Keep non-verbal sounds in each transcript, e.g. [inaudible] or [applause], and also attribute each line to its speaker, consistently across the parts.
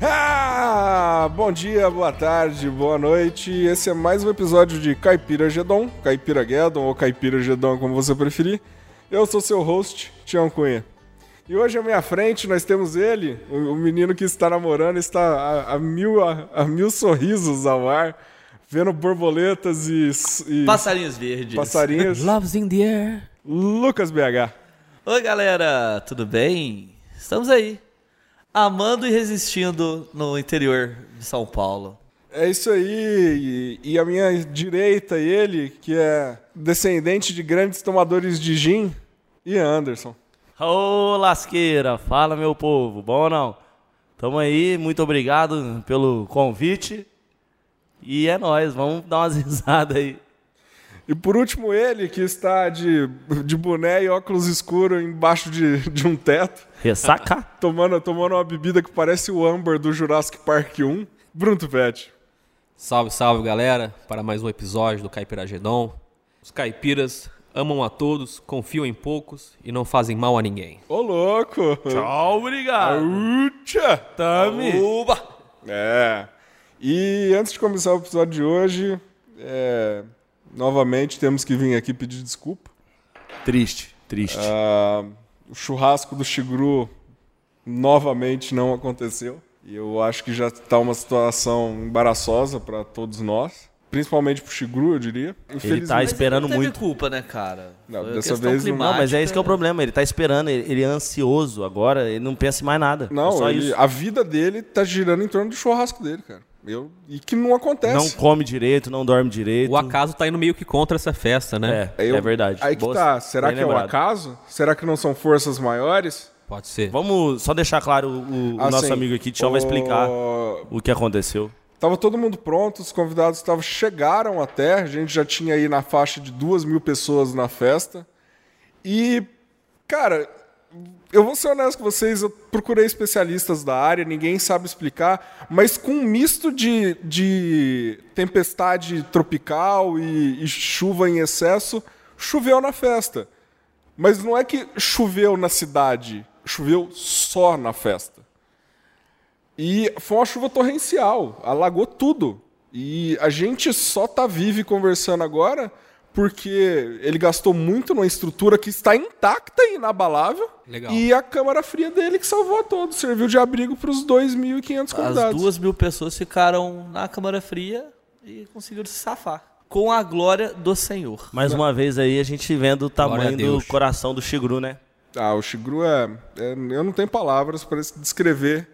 Speaker 1: Ah, bom dia, boa tarde, boa noite. Esse é mais um episódio de Caipira Gedon, Caipira Gedon ou Caipira Gedon, como você preferir. Eu sou seu host, Tião Cunha. E hoje à minha frente nós temos ele, o o menino que está namorando, está a, a mil, a, a mil sorrisos ao ar, vendo borboletas e, s- e
Speaker 2: Passarinhos verdes.
Speaker 1: passarinhos.
Speaker 3: [laughs] Love's in the air.
Speaker 1: Lucas BH.
Speaker 2: Oi, galera, tudo bem? Estamos aí, amando e resistindo no interior de São Paulo.
Speaker 1: É isso aí. E, e a minha direita, ele, que é descendente de grandes tomadores de gin, e Anderson.
Speaker 3: Ô, lasqueira, fala meu povo, bom ou não? Tamo aí, muito obrigado pelo convite. E é nóis, vamos dar umas [laughs] risadas aí.
Speaker 1: E por último, ele, que está de, de boné e óculos escuro embaixo de, de um teto,
Speaker 3: Ressaca?
Speaker 1: tomando, tomando uma bebida que parece o Amber do Jurassic Park 1, Bruno Pet.
Speaker 4: Salve, salve galera, para mais um episódio do Caipiragedon. Os caipiras amam a todos, confiam em poucos e não fazem mal a ninguém.
Speaker 1: Ô, louco!
Speaker 3: Ó, obrigado.
Speaker 1: Ucha!
Speaker 3: Tami.
Speaker 4: Uba!
Speaker 1: É. E antes de começar o episódio de hoje, é, novamente temos que vir aqui pedir desculpa.
Speaker 3: Triste, triste.
Speaker 1: Ah, o churrasco do Shigru novamente não aconteceu. E eu acho que já está uma situação embaraçosa para todos nós. Principalmente pro Shigru, eu diria.
Speaker 3: Ele tá
Speaker 1: Infelizmente-
Speaker 3: esperando
Speaker 2: não teve
Speaker 3: muito.
Speaker 2: culpa, né, cara?
Speaker 1: Não,
Speaker 2: Foi
Speaker 1: dessa
Speaker 2: questão
Speaker 1: vez não.
Speaker 3: Não,
Speaker 2: climática. né?
Speaker 3: mas é esse que é o problema, ele tá esperando, ele, ele é ansioso agora, ele não pensa em mais nada. é
Speaker 1: Não,
Speaker 3: só
Speaker 1: ele-
Speaker 3: isso.
Speaker 1: a vida dele tá girando em torno do churrasco dele, cara. Eu, e que não
Speaker 3: Não
Speaker 1: acontece.
Speaker 3: come direito, não dorme direito.
Speaker 4: O acaso tá indo meio que contra essa festa, né?
Speaker 3: É, é
Speaker 1: Eu-
Speaker 3: verdade.
Speaker 1: Aí que
Speaker 3: Boa-
Speaker 1: tá. Será
Speaker 3: bem
Speaker 1: que é um
Speaker 3: lembrado.
Speaker 1: acaso? Será que não são forças maiores?
Speaker 4: Pode ser.
Speaker 3: Vamos só deixar claro o, o
Speaker 1: Ah,
Speaker 3: nosso
Speaker 1: sim.
Speaker 3: amigo aqui, Tião vai
Speaker 1: O-
Speaker 3: explicar o que aconteceu.
Speaker 1: Tava todo mundo pronto, os convidados tavam, chegaram até, a gente já tinha aí na faixa de duas mil pessoas na festa. E, cara, eu vou ser honesto com vocês, eu procurei especialistas da área, ninguém sabe explicar, mas com um misto de, de tempestade tropical e- e chuva em excesso, choveu na festa. Mas não é que choveu na cidade, choveu só na festa. E foi uma chuva torrencial, alagou tudo. E a gente só tá vivo e conversando agora porque ele gastou muito numa estrutura que está intacta e inabalável.
Speaker 4: Legal.
Speaker 1: E a câmara fria dele que salvou a todos, serviu de abrigo para os 2.500
Speaker 2: As
Speaker 1: convidados.
Speaker 2: duas mil pessoas ficaram na Câmara Fria e conseguiram se safar. Com a glória do Senhor.
Speaker 3: Mais uma vez aí, a gente vendo o
Speaker 4: Glória
Speaker 3: tamanho
Speaker 4: a
Speaker 3: do
Speaker 4: Deus.
Speaker 3: coração do Xigru, né?
Speaker 1: Ah, o Shigru é, é- Eu não tenho palavras para descrever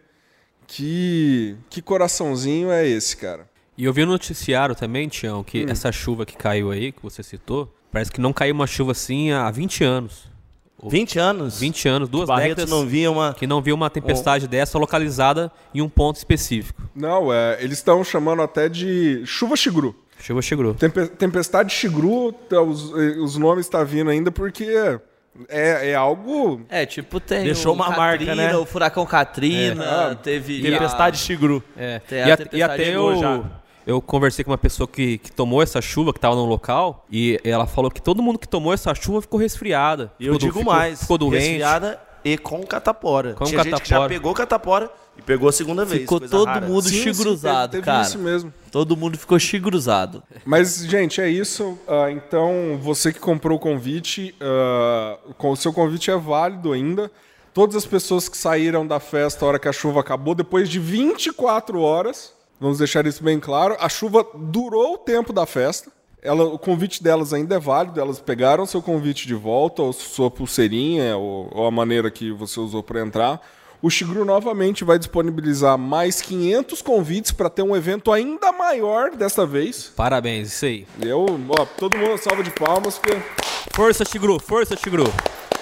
Speaker 1: que, que coraçãozinho é esse, cara.
Speaker 4: E eu vi no noticiário também, Tião,
Speaker 3: Hum.
Speaker 4: que essa chuva que caiu aí, que você citou, parece que não caiu uma chuva assim há 20 anos.
Speaker 3: 20 anos.
Speaker 4: 20 anos, duas
Speaker 3: Barretos
Speaker 4: décadas
Speaker 3: não via uma...
Speaker 4: que não viu uma tempestade dessa localizada em um ponto específico.
Speaker 1: Não, é, eles estão chamando até de chuva Shigru.
Speaker 4: Chuva chegou.
Speaker 1: Tempe- Tempestade Shigru, tá, os, eh, os nomes estão vindo ainda porque é, é algo.
Speaker 2: É, tipo, tem
Speaker 3: Deixou
Speaker 2: o
Speaker 3: uma
Speaker 2: Katrina,
Speaker 3: marca, né?
Speaker 2: o furacão Katrina,
Speaker 1: É. Ah,
Speaker 2: teve...
Speaker 3: Tempestade Xigru.
Speaker 4: É.
Speaker 2: Tem a
Speaker 4: E, a- e
Speaker 2: tempestade
Speaker 4: até
Speaker 2: chegou
Speaker 4: eu,
Speaker 2: já.
Speaker 4: eu conversei com uma pessoa que, que tomou essa chuva, que estava no local, e ela falou que todo mundo que tomou essa chuva ficou resfriada.
Speaker 3: E eu
Speaker 4: Ficou do-
Speaker 3: digo
Speaker 4: ficou-
Speaker 3: mais,
Speaker 4: Ficou doente.
Speaker 3: resfriada e com catapora.
Speaker 4: Com
Speaker 3: Tinha gente que já
Speaker 4: catapora.
Speaker 3: pegou catapora e pegou a segunda vez.
Speaker 2: Ficou
Speaker 3: coisa
Speaker 2: todo
Speaker 3: rara.
Speaker 2: mundo
Speaker 1: Sim, sim,
Speaker 2: chigruzado,
Speaker 1: teve- teve
Speaker 2: cara.
Speaker 1: isso mesmo.
Speaker 2: Todo mundo ficou chigruzado.
Speaker 1: Mas, gente, é isso. Ah, então, você que comprou o convite, ah, com- o seu convite é válido ainda. Todas as pessoas que saíram da festa a hora que a chuva acabou, depois de 24 horas, vamos deixar isso bem claro, a chuva durou o tempo da festa. Ela- o convite delas ainda é válido, elas pegaram seu convite de volta, ou sua pulseirinha, ou, ou a maneira que você usou para entrar. O Shigru novamente vai disponibilizar mais 500 convites para ter um evento ainda maior desta vez.
Speaker 4: Parabéns, isso aí.
Speaker 1: Eu, ó, todo mundo salva de palmas, porque
Speaker 4: Força, Tigru, força, Tigru.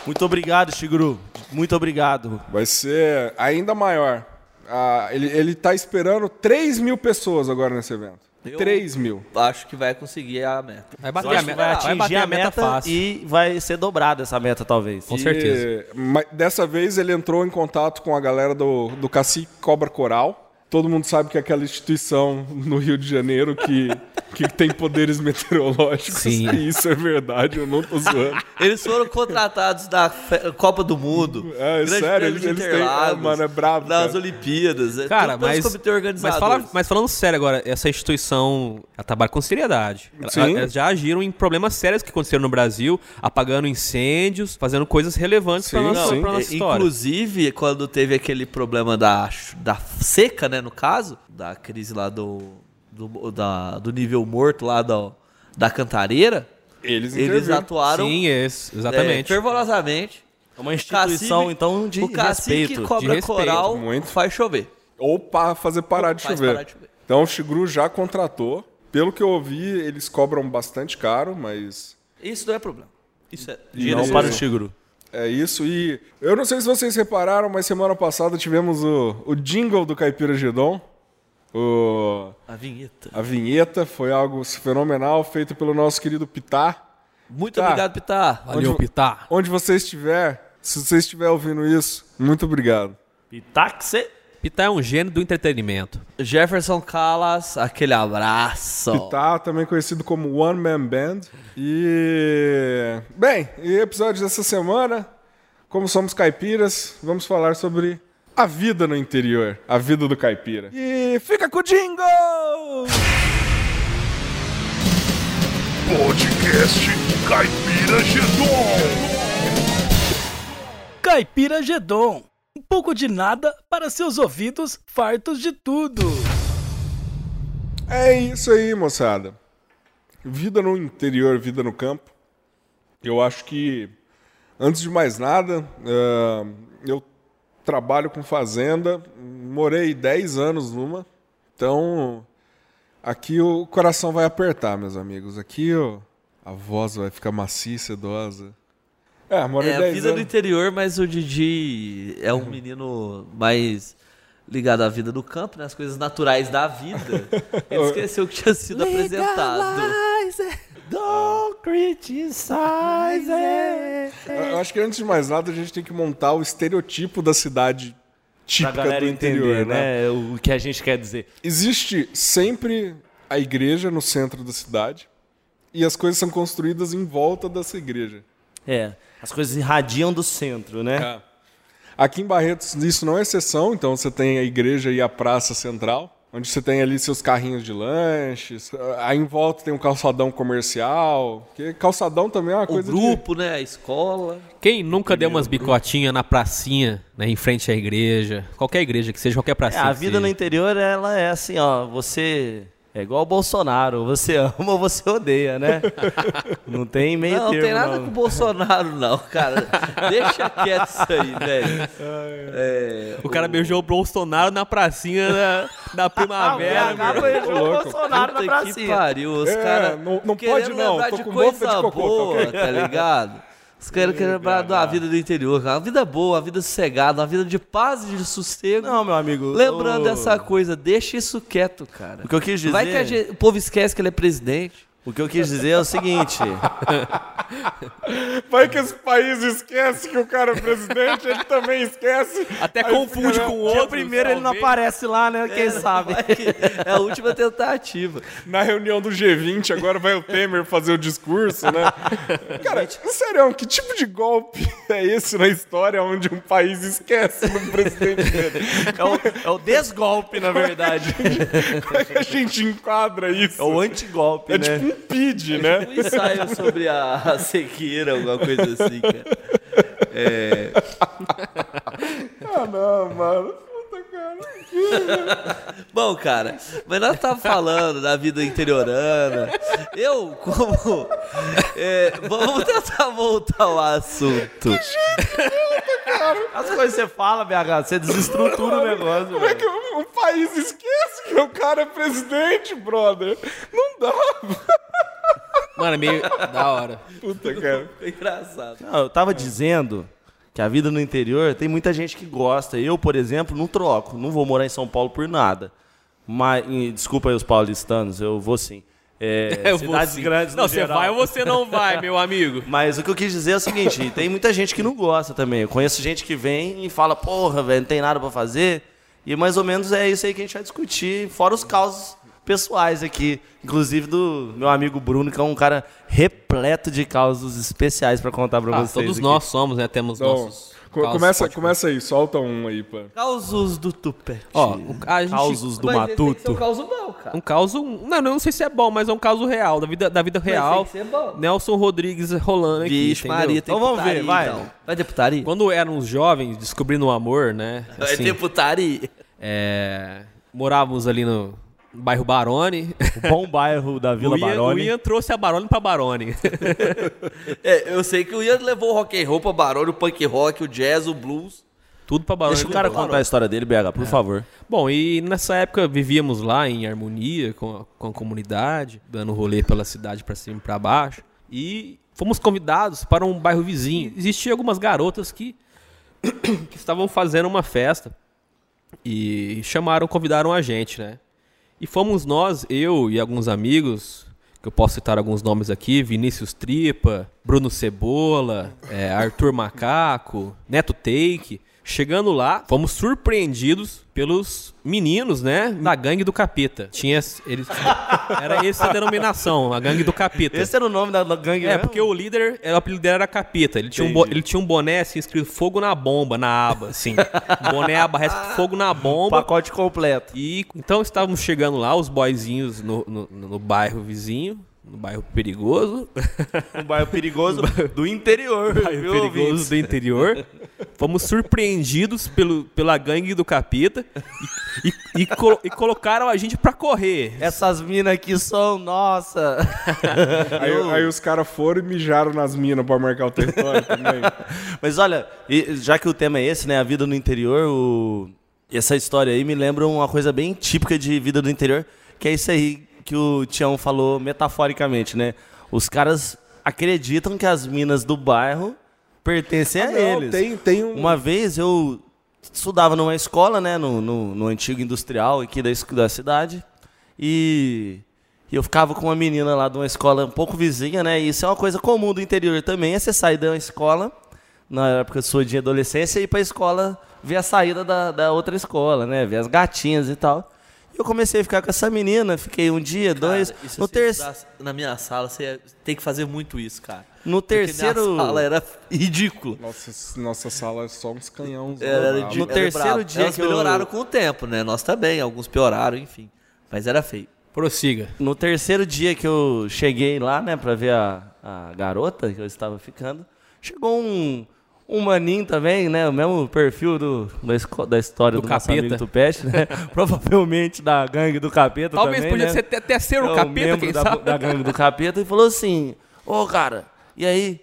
Speaker 3: Muito obrigado, Xigru. Muito obrigado.
Speaker 1: vai ser ainda maior. Ah, ele, ele tá esperando 3 mil pessoas agora nesse evento.
Speaker 2: Eu-
Speaker 1: 3 mil.
Speaker 2: Acho que vai conseguir a meta.
Speaker 4: Vai
Speaker 3: Eu
Speaker 4: bater a
Speaker 3: acho que
Speaker 4: meta,
Speaker 3: vai
Speaker 4: vai
Speaker 3: atingir
Speaker 4: bater
Speaker 3: É a meta
Speaker 4: fácil.
Speaker 3: e vai ser dobrada essa meta, talvez.
Speaker 4: Com certeza.
Speaker 1: E, mas dessa vez ele entrou em contato com a galera do, do Cacique Cobra Coral. Todo mundo sabe que [laughs] é aquela instituição no Rio de Janeiro que que tem poderes meteorológicos.
Speaker 4: Sim.
Speaker 1: E [laughs] Isso é verdade, eu não tô zoando.
Speaker 2: Eles foram contratados da Fe- Copa do Mundo.
Speaker 1: É,
Speaker 2: Grande
Speaker 1: sério,
Speaker 2: Prêmio
Speaker 1: eles,
Speaker 2: de
Speaker 1: eles têm. Ah,
Speaker 2: Interlagos,
Speaker 1: mano, é brabo.
Speaker 2: das
Speaker 1: cara.
Speaker 2: Olimpíadas. é
Speaker 4: Cara,
Speaker 2: tudo pelos
Speaker 4: mas,
Speaker 2: comitê
Speaker 4: mas,
Speaker 2: organizador.
Speaker 4: fala- mas falando sério agora, essa instituição ela trabalha com seriedade. Ela-
Speaker 1: Sim.
Speaker 4: ela- Elas já agiram em problemas sérios que aconteceram no Brasil, apagando incêndios, fazendo coisas relevantes para
Speaker 1: Sim,
Speaker 4: nossa,
Speaker 1: sim.
Speaker 4: pra nossa
Speaker 2: É,
Speaker 4: história.
Speaker 2: Inclusive, quando teve aquele problema da, chu- da seca, né, no caso, da crise lá do, do, da- do nível morto lá da, da cantareira,
Speaker 1: Eles,
Speaker 2: [laughs] eles
Speaker 1: interviram.
Speaker 2: atuaram
Speaker 4: Sim, esse, exatamente.
Speaker 2: é, fervorosamente.
Speaker 3: É uma instituição,
Speaker 2: Cacique-
Speaker 3: então, de
Speaker 2: o cacique
Speaker 3: respeito.
Speaker 2: cobra
Speaker 4: respeito,
Speaker 2: coral
Speaker 1: muito.
Speaker 2: faz chover.
Speaker 1: Ou para fazer parar de,
Speaker 2: Faz
Speaker 1: chover.
Speaker 2: parar de chover.
Speaker 1: Então o Shigru já contratou. Pelo que eu ouvi, eles cobram bastante caro, mas
Speaker 2: Isso não é problema. Isso é
Speaker 3: Dinheiro
Speaker 1: Não,
Speaker 3: para o
Speaker 1: eu-
Speaker 3: Tigro.
Speaker 1: é isso. E eu não sei se vocês repararam, mas semana passada tivemos o, o jingle do Caipira Gedon. O,
Speaker 2: a vinheta.
Speaker 1: a vinheta foi algo fenomenal, feito pelo nosso querido Pitar.
Speaker 2: Muito
Speaker 1: Tá.
Speaker 2: obrigado, Pitar.
Speaker 4: Valeu,
Speaker 1: Onde-
Speaker 4: Pitar.
Speaker 1: Onde você estiver, se você estiver ouvindo isso, muito obrigado.
Speaker 3: Pitaxe.
Speaker 4: Pitar é um gênio do entretenimento.
Speaker 2: Jefferson Calas, aquele abraço.
Speaker 1: Pitar, tá também conhecido como One Man Band. E. Bem, e episódio dessa semana, como somos caipiras, vamos falar sobre a vida no interior, a vida do caipira. E fica com o jingle!
Speaker 5: Podcast Caipira Gedon.
Speaker 6: Caipira Gedon. Um pouco de nada para seus ouvidos fartos de tudo.
Speaker 1: É isso aí, moçada. Vida no interior, vida no campo. Eu acho que, antes de mais nada, ah, eu trabalho com fazenda, morei 10 anos numa, então aqui o coração vai apertar, meus amigos. Aqui ó, a voz vai ficar maciça, sedosa. É, morei
Speaker 2: É a
Speaker 1: 10
Speaker 2: vida do
Speaker 1: anos.
Speaker 2: interior, mas o Didi é um menino mais ligado à vida do campo, né? As coisas naturais da vida.
Speaker 1: [laughs]
Speaker 2: Ele esqueceu que tinha sido apresentado.
Speaker 1: Eu acho que antes de mais nada a gente tem que montar o estereotipo da cidade
Speaker 3: Pra
Speaker 1: típica
Speaker 3: galera
Speaker 1: do interior,
Speaker 3: entender,
Speaker 1: né?
Speaker 3: né? O que a gente quer dizer.
Speaker 1: existe sempre a igreja no centro da cidade e as coisas são construídas em volta dessa igreja. Ah.
Speaker 3: É, as coisas irradiam do centro,
Speaker 2: É.
Speaker 3: né?
Speaker 1: Aqui em Barretos isso não é exceção, então você tem a igreja e a praça central, onde você tem ali seus carrinhos de lanches, aí em volta tem um calçadão comercial, que calçadão também é uma
Speaker 2: O
Speaker 1: coisa de-
Speaker 2: grupo, né? A escola.
Speaker 4: Quem nunca deu umas bicotinhas na pracinha, né, em frente à igreja, qualquer igreja que seja, qualquer
Speaker 3: É,
Speaker 4: pracinha.
Speaker 3: a
Speaker 4: que
Speaker 3: vida no
Speaker 4: seja.
Speaker 3: interior, ela é assim, ó, você é igual o Bolsonaro, você [laughs] ama ou você odeia, né? [laughs] não tem meio
Speaker 2: Não, não
Speaker 3: termo,
Speaker 2: tem nada
Speaker 3: não.
Speaker 2: com o Bolsonaro, não,
Speaker 1: [laughs]
Speaker 2: cara. Deixa quieto isso aí, velho. É,
Speaker 4: O cara beijou o Bolsonaro na pracinha da, da
Speaker 3: É,
Speaker 4: primavera. meu.
Speaker 3: Acaba ele, o
Speaker 1: louco.
Speaker 3: Bolsonaro na
Speaker 2: Puta que
Speaker 3: pracinha.
Speaker 2: pariu, os
Speaker 1: É,
Speaker 2: caras.
Speaker 1: não- não
Speaker 2: querendo
Speaker 1: pode não,
Speaker 2: lembrar
Speaker 1: tô
Speaker 2: de
Speaker 1: com
Speaker 2: coisa
Speaker 1: boca de cocô, tá
Speaker 2: boa,
Speaker 1: ok?
Speaker 2: tá ligado? Os caras querem lembrar da vida do interior, cara. Uma vida boa, uma vida sossegada, uma vida de paz e de sossego.
Speaker 3: Não, meu amigo.
Speaker 2: Lembrando
Speaker 3: o-
Speaker 2: dessa coisa, deixa isso quieto, cara.
Speaker 3: O que eu quis dizer...
Speaker 2: Vai que a gente- o povo esquece que ele é presidente.
Speaker 3: O que eu quis dizer é o seguinte,
Speaker 1: Vai que esse país esquece que o cara é presidente, ele também esquece.
Speaker 4: Até confunde com o outro.
Speaker 3: dia primeiro ele não aparece lá, né? Quem sabe?
Speaker 2: Vai que é a última tentativa.
Speaker 1: Na reunião do G20, agora vai o Temer fazer o discurso, né? Cara, sério, que tipo de golpe é esse na história onde um país esquece do presidente dele?
Speaker 3: É o, é o desgolpe,
Speaker 2: [laughs]
Speaker 3: na verdade.
Speaker 1: Como é que a gente enquadra
Speaker 3: [laughs] É
Speaker 1: isso?
Speaker 3: o antigolpe,
Speaker 1: É
Speaker 3: né?
Speaker 1: tipo um PID, né?
Speaker 2: Um ensaio sobre a, a sequeira, alguma coisa assim, cara. É,
Speaker 1: Ah, não, mano. Puta, cara.
Speaker 2: Bom, cara, mas nós estávamos falando da vida interiorana. Eu, como. é, vamos tentar voltar ao assunto.
Speaker 3: [laughs] As coisas que você fala, BH, você desestrutura o negócio.
Speaker 1: Como é
Speaker 3: velho.
Speaker 1: que um um país esquece que o cara é presidente, brother? Não dá.
Speaker 4: Mano, é meio da hora.
Speaker 1: Puta, cara.
Speaker 2: Foi engraçado.
Speaker 3: Não, eu tava dizendo que a vida no interior tem muita gente que gosta. Eu, por exemplo, não troco. Não vou morar em São Paulo por nada. Mas, e, desculpa aí os paulistanos, eu vou sim. É,
Speaker 4: Eu vou
Speaker 3: cidades
Speaker 4: sim.
Speaker 3: grandes
Speaker 4: Não,
Speaker 3: no
Speaker 4: você
Speaker 3: geral.
Speaker 4: vai ou você não vai, meu amigo.
Speaker 3: Mas o que eu quis dizer é o seguinte, [laughs] tem muita gente que não gosta também. Eu conheço gente que vem e fala, porra, velho, não tem nada pra fazer. E mais ou menos é isso aí que a gente vai discutir, fora os causos pessoais aqui, inclusive do meu amigo Bruno, que é um cara repleto de causos especiais pra contar pra
Speaker 4: Ah,
Speaker 3: vocês.
Speaker 4: todos
Speaker 3: aqui.
Speaker 4: nós somos, né? Temos
Speaker 1: Então,
Speaker 4: nossos.
Speaker 1: co-
Speaker 4: causos
Speaker 1: começa,
Speaker 4: particulares.
Speaker 1: começa aí, solta um aí, pá.
Speaker 2: Causos do Tupete.
Speaker 4: Ó, o- a gente-
Speaker 3: Causos do
Speaker 2: Mas esse tem que ser um
Speaker 3: Matuto.
Speaker 2: causo bom, cara.
Speaker 4: Um caso. Não, não sei se é bom, mas é um caso real, da vida, da vida real.
Speaker 2: tem que ser bom.
Speaker 4: Nelson Rodrigues rolando aqui.
Speaker 2: Vixe,
Speaker 4: entendeu?
Speaker 2: Maria, tem
Speaker 3: Então vamos
Speaker 2: putaria,
Speaker 3: ver, vai.
Speaker 2: Então. Vai ter putaria?
Speaker 4: Quando éramos jovens, descobrindo o amor, né?
Speaker 2: Vai
Speaker 4: assim,
Speaker 2: ter putaria.
Speaker 4: é, morávamos ali no bairro Barone.
Speaker 3: O [laughs] bom bairro da [laughs] Vila
Speaker 4: o, Ian, o
Speaker 3: Baroni.
Speaker 4: Ian trouxe a Barone pra Barone.
Speaker 2: É, eu sei que o Ian levou o rock and roll pra barulho, o punk rock, o jazz, o blues.
Speaker 4: [laughs] Tudo pra Barone.
Speaker 3: Deixa o cara contar a história dele, BH, por favor.
Speaker 4: Bom, e nessa época vivíamos lá em harmonia com a, com a comunidade, dando rolê pela cidade pra cima e pra baixo. E fomos convidados para um bairro vizinho. Existiam algumas garotas que, que estavam fazendo uma festa e chamaram, convidaram a gente, né? E fomos nós, eu e alguns amigos, que eu posso citar alguns nomes aqui, Vinícius Tripa, Bruno Cebola, é, Arthur Macaco, Neto Take. Chegando lá, fomos surpreendidos pelos meninos, né? Da gangue do capeta. Tinha. Eles, [laughs] era essa a denominação, a gangue do capeta.
Speaker 3: Esse era o nome da da gangue
Speaker 4: É,
Speaker 3: mesmo?
Speaker 4: porque o líder, o apelido dele era Capeta. Ele tinha, um bo- ele tinha um boné assim, escrito Fogo na Bomba, na aba, assim. boné aba,
Speaker 3: Ah,
Speaker 4: resto Fogo na
Speaker 3: O
Speaker 4: Bomba.
Speaker 3: pacote completo.
Speaker 4: E então estávamos chegando lá, os boyzinhos no, no- no bairro vizinho, no bairro perigoso,
Speaker 3: Um bairro perigoso do
Speaker 4: [laughs]
Speaker 3: interior, viu,
Speaker 4: Um perigoso
Speaker 3: ouvintes?
Speaker 4: do interior. Fomos surpreendidos pelo, pela gangue do Capeta e, e- e colo- e colocaram a gente pra correr.
Speaker 3: Essas minas aqui são, nossa.
Speaker 1: Aí, aí os caras foram e mijaram nas minas pra marcar o território também.
Speaker 3: Mas olha, e- já que o tema é esse, né? A vida no interior, o- essa história aí me lembra uma coisa bem típica de vida do interior, que é isso aí que o Tião falou metaforicamente, né? Os caras acreditam que as minas do bairro pertencem a
Speaker 1: Ah, não,
Speaker 3: É eles.
Speaker 1: tem- tem um-
Speaker 3: Uma vez eu estudava numa escola, né? No, no- no antigo industrial aqui da, es- da cidade. E e eu ficava com uma menina lá de uma escola um pouco vizinha, né? E isso é uma coisa comum do interior também. É você sair da escola, na época sua de adolescência, e ir pra escola ver a saída da, da outra escola, né? Ver as gatinhas e tal. E eu comecei a ficar com essa menina, fiquei um dia, dois.
Speaker 2: Cara, isso
Speaker 3: no,
Speaker 2: você
Speaker 3: ter-
Speaker 2: estudar Na minha sala, você tem que fazer muito isso, cara.
Speaker 3: no
Speaker 2: Porque é
Speaker 3: terceiro.
Speaker 2: Minha sala era ridícula.
Speaker 1: Nossa, nossa sala é só uns canhões.
Speaker 3: É,
Speaker 2: Era
Speaker 1: brabo.
Speaker 2: ridículo.
Speaker 3: No terceiro
Speaker 2: brabo.
Speaker 3: dia
Speaker 2: Elas
Speaker 3: que eu-
Speaker 2: melhoraram com o tempo, né? Nós também, alguns pioraram, enfim. Mas era feio.
Speaker 4: Prossiga.
Speaker 3: No terceiro dia que eu cheguei lá, né, pra ver a, a garota que eu estava ficando, chegou um, um maninho também, né, o mesmo perfil do, da, esco- da história do,
Speaker 4: Do
Speaker 3: nosso
Speaker 4: capeta.
Speaker 3: amigo Tupeste, né, [laughs] provavelmente da gangue do capeta
Speaker 4: Talvez
Speaker 3: também,
Speaker 4: podia
Speaker 3: né?
Speaker 4: ser até terceiro
Speaker 3: É, o
Speaker 4: capeta,
Speaker 3: membro
Speaker 4: quem
Speaker 3: da,
Speaker 4: sabe?
Speaker 3: da gangue do capeta, e falou assim, ô cara, e aí,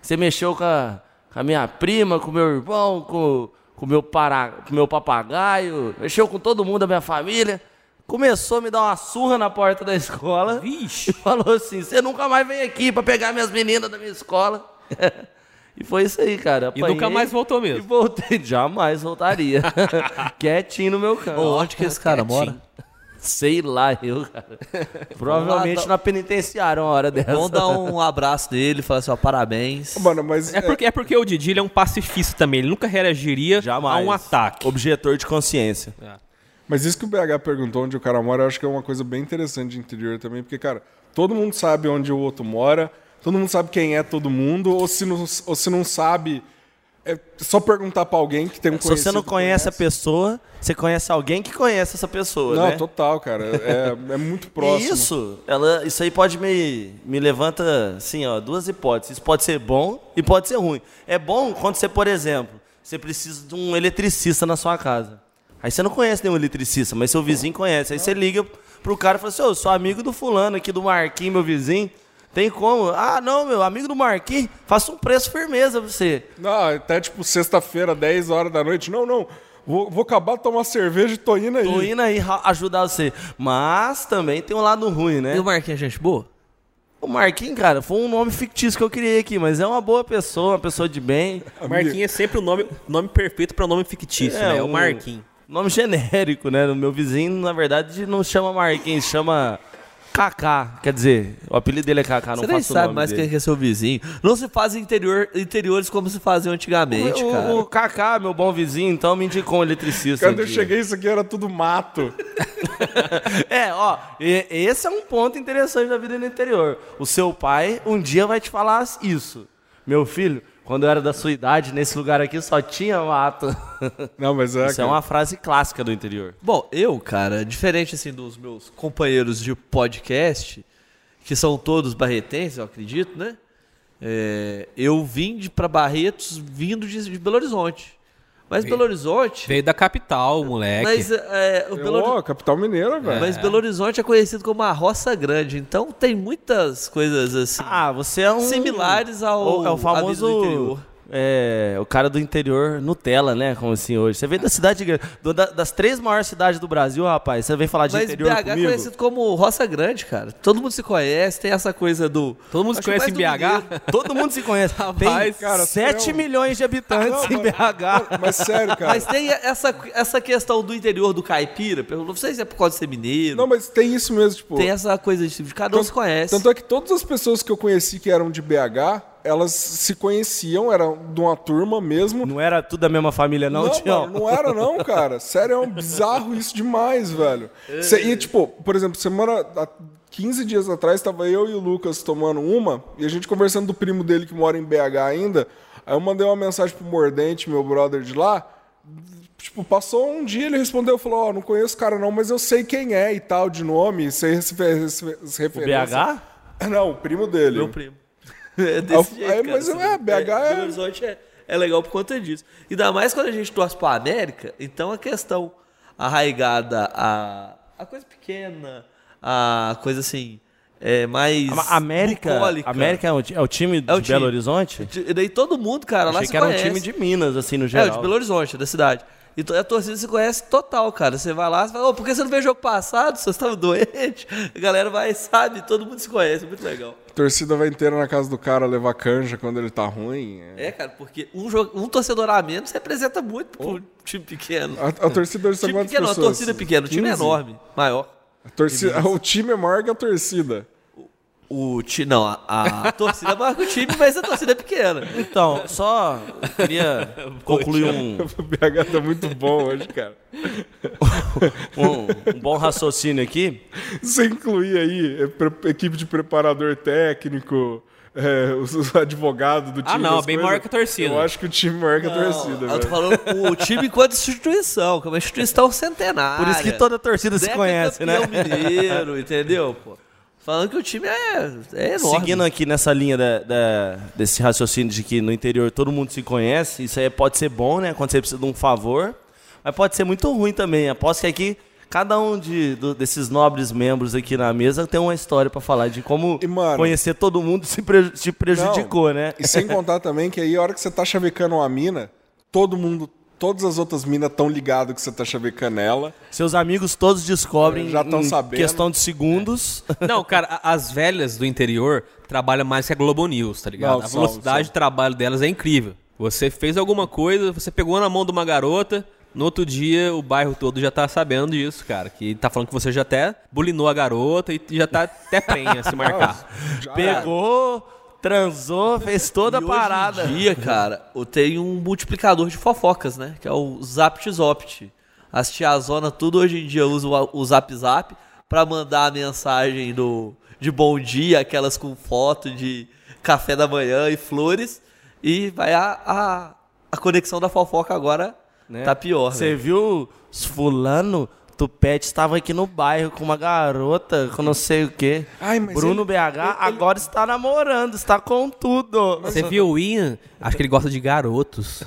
Speaker 3: você mexeu com a, com a minha prima, com o meu irmão, com com o meu, para, com o meu papagaio, mexeu com todo mundo da minha família. Começou a me dar uma surra na porta da escola.
Speaker 4: Vixe.
Speaker 3: E falou assim: você nunca mais vem aqui pra pegar minhas meninas da minha escola. [laughs] e foi isso aí, cara.
Speaker 4: E nunca
Speaker 3: Apanhei
Speaker 4: mais voltou
Speaker 3: E
Speaker 4: mesmo.
Speaker 3: voltei, [laughs] jamais voltaria. [laughs] Quietinho no meu canto.
Speaker 2: onde que esse cara mora?
Speaker 3: Sei lá, eu,
Speaker 2: [laughs]
Speaker 3: cara. Provavelmente na penitenciária uma hora dessa.
Speaker 2: Vamos dar
Speaker 3: [laughs]
Speaker 2: um abraço nele, falar assim, ó, parabéns.
Speaker 1: Mano, mas
Speaker 4: É porque, é porque o Didi ele é um pacifista também. Ele nunca reagiria
Speaker 3: Jamais.
Speaker 4: a um ataque.
Speaker 3: Objetor de consciência.
Speaker 4: É.
Speaker 1: Mas isso que o BH perguntou onde o cara mora, eu acho que é uma coisa bem interessante de interior também, porque, cara, todo mundo sabe onde o outro mora, todo mundo sabe quem é todo mundo, ou se não, ou se não sabe, é só perguntar pra alguém que tem um
Speaker 3: É, Se você
Speaker 1: conhecido
Speaker 3: não
Speaker 1: que
Speaker 3: conhece a pessoa, você conhece alguém que conhece essa pessoa,
Speaker 1: Não,
Speaker 3: né?
Speaker 1: total, cara. É, é muito próximo.
Speaker 3: [laughs] E isso, ela, isso aí pode me, me levanta, assim, ó, duas hipóteses. Isso pode ser bom e pode ser ruim. É bom quando você, por exemplo, você precisa de um eletricista na sua casa. Aí você não conhece nenhum eletricista, mas seu vizinho conhece. Aí você liga pro cara e fala assim, ô, eu sou amigo do fulano aqui, do Marquinhos, meu vizinho. Tem como? Ah, não, meu, amigo do Marquinhos, faça um preço firmeza pra você.
Speaker 1: Não, até tipo sexta-feira, 10 horas da noite. Não, não. Vou, vou acabar de tomar cerveja e tô indo aí. [laughs]
Speaker 3: Tô indo aí ra- ajudar você. Mas também tem um lado ruim, né?
Speaker 2: E o Marquinhos é gente boa?
Speaker 3: O Marquinhos, cara, foi um nome fictício que eu criei aqui, mas é uma boa pessoa, uma pessoa de bem.
Speaker 4: Marquinhos é sempre o nome, nome perfeito pra nome fictício,
Speaker 3: É,
Speaker 4: né? O
Speaker 3: um-
Speaker 4: Marquinhos.
Speaker 3: Nome genérico, né? O meu vizinho, na verdade, não chama Marquinhos, chama Kaká, quer dizer, o apelido dele é Kaká, não
Speaker 2: Você nem
Speaker 3: faço o
Speaker 2: sabe
Speaker 3: nome
Speaker 2: mais
Speaker 3: dele.
Speaker 2: quem é seu vizinho. Não se faz interior, interiores como se fazia antigamente,
Speaker 3: O-
Speaker 2: cara.
Speaker 3: O, o Kaká, meu bom vizinho, então me indicou um eletricista.
Speaker 1: Quando
Speaker 3: um
Speaker 1: eu
Speaker 3: dia.
Speaker 1: cheguei, isso aqui era tudo mato.
Speaker 3: É, ó, e- esse é um ponto interessante da vida no interior. O seu pai um dia vai te falar isso. Meu filho, quando eu era da sua idade, nesse lugar aqui só tinha mato. [laughs]
Speaker 1: Não, mas é.
Speaker 3: Isso é uma frase clássica do interior.
Speaker 2: Bom, eu, cara, diferente assim dos meus companheiros de podcast, que são todos barretenses, eu acredito, né? É, eu vim de para Barretos vindo de, de Belo Horizonte. Mas Belo Horizonte.
Speaker 4: Veio da capital, moleque.
Speaker 2: Mas, é, o Belo,
Speaker 1: Ô, capital mineira, velho.
Speaker 2: mas Belo Horizonte é conhecido como a roça grande, então tem muitas coisas assim.
Speaker 3: Ah, você é um.
Speaker 2: Similares ao-
Speaker 3: o- É o
Speaker 2: à vida do
Speaker 3: famoso.
Speaker 2: interior.
Speaker 3: É, o cara do interior Nutella, né? Como assim hoje. Você vem da cidade. grande- do- da- das três maiores cidades do Brasil, rapaz. Você vem falar de
Speaker 2: Mas BH
Speaker 3: interior
Speaker 2: é
Speaker 3: comigo?
Speaker 2: conhecido como Roça Grande, cara. Todo mundo se conhece, tem essa coisa do.
Speaker 4: Todo mundo se
Speaker 2: Acho
Speaker 4: conhece em
Speaker 2: mais do
Speaker 4: BH?
Speaker 2: mineiro.
Speaker 3: Todo mundo
Speaker 2: [laughs]
Speaker 3: se conhece. Tem
Speaker 4: Rapaz,
Speaker 1: cara,
Speaker 3: 7
Speaker 1: você é um-
Speaker 3: milhões de habitantes em BH.
Speaker 1: Mas sério, cara.
Speaker 2: Mas tem essa, essa questão do interior do caipira. pelo- Não sei se é por causa de ser mineiro.
Speaker 1: Não, mas tem isso mesmo, tipo.
Speaker 2: Tem essa coisa de tipo, cada um se conhece.
Speaker 1: Tanto é que todas as pessoas que eu conheci que eram de BH, elas se conheciam, eram de uma turma mesmo.
Speaker 3: Não era tudo da mesma família, não, Tião?
Speaker 1: mano, não era não, cara. Sério, é um bizarro isso demais, velho. Cê, e, tipo, por exemplo, semana... Há 15 dias atrás, tava eu e o Lucas tomando uma, e a gente conversando do primo dele que mora em BH ainda. Aí eu mandei uma mensagem pro Mordente, meu brother de lá. Tipo, passou um dia, ele respondeu, falou, ó, não conheço o cara não, mas eu sei quem é e tal, de nome, sei as referências.
Speaker 3: BH?
Speaker 1: Não, o primo dele.
Speaker 2: Meu primo. [laughs] É
Speaker 1: Aí eu-
Speaker 2: desse jeito.
Speaker 1: aí,
Speaker 2: cara.
Speaker 1: mas eu- é, BH é-
Speaker 2: Belo Horizonte é, é legal por conta disso. Ainda mais quando a gente torce pra América, então a questão arraigada a. a coisa pequena, a coisa assim. É mais.
Speaker 3: A- América,
Speaker 2: bucólica.
Speaker 3: América é o, ti- é o time de
Speaker 2: É o time.
Speaker 3: Belo Horizonte?
Speaker 2: E daí todo mundo, cara, lá
Speaker 3: Achei
Speaker 2: se
Speaker 3: que era um
Speaker 2: conhece.
Speaker 3: time de Minas, assim, no
Speaker 2: É,
Speaker 3: geral.
Speaker 2: o de Belo Horizonte, da cidade. Então a torcida se conhece total, cara. Você vai lá, você fala, ô, por que você não veio jogo passado? Vocês estavam doentes? A galera vai, sabe, todo mundo se conhece, muito legal.
Speaker 1: Torcida vai inteira na casa do cara levar canja quando ele tá ruim. é.
Speaker 2: É, cara, porque um, jogo, um torcedor a menos representa muito pro time pequeno.
Speaker 1: A, a torcida são
Speaker 2: time
Speaker 1: quantas
Speaker 2: pequeno, não, a
Speaker 1: pessoas?
Speaker 2: torcida pequena, o time é
Speaker 1: 15?
Speaker 2: enorme, maior.
Speaker 1: A torcida- o time é maior que a torcida.
Speaker 2: O ti, não, a,
Speaker 3: [laughs]
Speaker 2: a torcida é maior que o time, mas a torcida é pequena.
Speaker 3: Então, só
Speaker 2: [laughs]
Speaker 3: queria concluir um,
Speaker 1: [laughs] O BH tá muito bom hoje, cara.
Speaker 3: um- um bom raciocínio aqui.
Speaker 1: Você incluir aí é, pre- equipe de preparador técnico, é, os, os advogados
Speaker 2: Ah,
Speaker 1: do time.
Speaker 4: não,
Speaker 1: das
Speaker 4: bem
Speaker 1: coisas.
Speaker 4: maior que a torcida.
Speaker 1: Eu acho que o time é maior que a torcida,
Speaker 2: eu tô
Speaker 1: velho.
Speaker 2: falando Ah, o time enquanto instituição, que é uma instituição centenária.
Speaker 3: Por isso que toda a torcida se conhece, né?
Speaker 2: Decacampeão mineiro, entendeu, pô? Falando que o time é, é enorme.
Speaker 3: Seguindo aqui nessa linha da- da- desse raciocínio de que no interior todo mundo se conhece, isso aí pode ser bom, né? Quando você precisa de um favor, mas pode ser muito ruim também. Aposto que aqui cada um de- do- desses nobres membros aqui na mesa tem uma história pra falar de como
Speaker 1: E, mano-
Speaker 3: conhecer todo mundo se, preju- se prejudicou, né?
Speaker 1: E sem contar também que aí a hora que você tá chavecando uma mina, todo mundo, todas as outras minas tão ligadas que você tá chavecando ela.
Speaker 3: Seus amigos todos descobrem
Speaker 1: Já tão
Speaker 3: em
Speaker 1: sabendo.
Speaker 3: questão de segundos.
Speaker 4: Não, cara, a- as velhas do interior trabalham mais que a Globo News, tá ligado?
Speaker 1: Não,
Speaker 4: a
Speaker 1: são,
Speaker 4: velocidade
Speaker 1: são.
Speaker 4: de trabalho delas é incrível. Você fez alguma coisa, você pegou na mão de uma garota, no outro dia o bairro todo já tá sabendo disso, cara. Que tá falando que você já até bulinou a garota e já tá até prenha se marcar.
Speaker 1: Já
Speaker 3: Pegou, transou, fez toda
Speaker 2: E
Speaker 3: a parada.
Speaker 2: Hoje em dia, cara, eu tenho um multiplicador de fofocas, né? Que é o ZaptZopt. As tiazona tudo hoje em dia usa o o Zap Zap pra mandar a mensagem do, de bom dia, aquelas com foto de café da manhã e flores. E vai a, a, a conexão da fofoca agora tá pior,
Speaker 3: Você
Speaker 2: né?
Speaker 3: viu os fulano? Tupete estava aqui no bairro com uma garota, com não sei o quê.
Speaker 1: Ai, mas
Speaker 3: Bruno
Speaker 1: ele-
Speaker 3: BH agora está namorando, está com tudo.
Speaker 4: Você viu o Ian? Acho que ele gosta de garotos.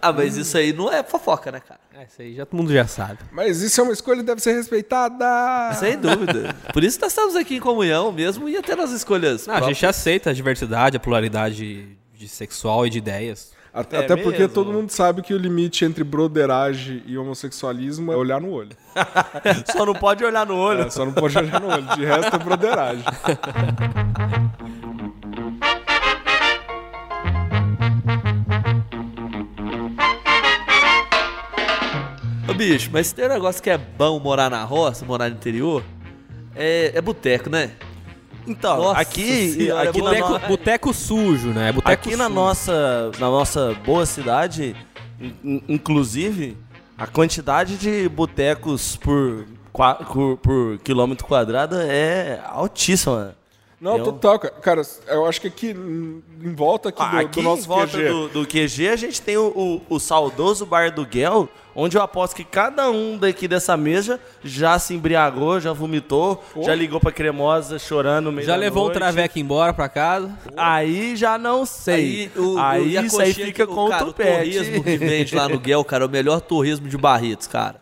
Speaker 2: Ah, mas isso aí não é fofoca, né, cara?
Speaker 4: É, isso aí já, todo mundo já sabe.
Speaker 1: Mas isso é uma escolha que deve ser respeitada.
Speaker 2: Sem dúvida. Por isso nós estamos aqui em comunhão mesmo e até nas escolhas.
Speaker 4: Não, a gente aceita a diversidade, a pluralidade de sexual e de ideias.
Speaker 1: Até,
Speaker 3: É
Speaker 1: até porque
Speaker 3: mesmo?
Speaker 1: todo mundo sabe que o limite entre broderagem e homossexualismo é olhar no olho.
Speaker 3: Só não pode olhar no
Speaker 2: [laughs]
Speaker 3: olho.
Speaker 1: É, só não pode olhar no olho, de resto é broderagem.
Speaker 2: Ô, bicho, mas se tem um negócio que é bom morar na roça, morar no interior, É, é boteco, né?
Speaker 3: Então,
Speaker 2: Nossa
Speaker 3: aqui,
Speaker 2: Senhora,
Speaker 3: aqui, na,
Speaker 4: Boteco,
Speaker 3: no-
Speaker 4: boteco sujo, né? É Boteco
Speaker 3: É aqui na,
Speaker 4: sujo.
Speaker 3: nossa, na nossa boa cidade, in- in- inclusive, a quantidade de botecos por, qua- por, por quilômetro quadrado é altíssima.
Speaker 1: Não,
Speaker 3: Eu-
Speaker 1: total, cara. Cara, eu acho que aqui, hum, em volta aqui, do,
Speaker 3: Ah, aqui
Speaker 1: do
Speaker 3: em
Speaker 1: nosso
Speaker 3: volta
Speaker 1: QG,
Speaker 3: Do, do QG, a gente tem o, o- o saudoso Bar do Guel, onde eu aposto que cada um daqui dessa mesa já se embriagou, já vomitou, já ligou pra cremosa chorando no meio
Speaker 4: Já
Speaker 3: da
Speaker 4: levou
Speaker 3: noite.
Speaker 4: um traveco embora pra casa.
Speaker 3: Aí já não sei. Aí,
Speaker 2: e a
Speaker 3: isso aí
Speaker 2: coxinha
Speaker 3: fica
Speaker 2: que-
Speaker 3: com o
Speaker 2: cara,
Speaker 3: tupete.
Speaker 2: torresmo que vende lá no Guel, cara, é o melhor torresmo de Barretos, cara.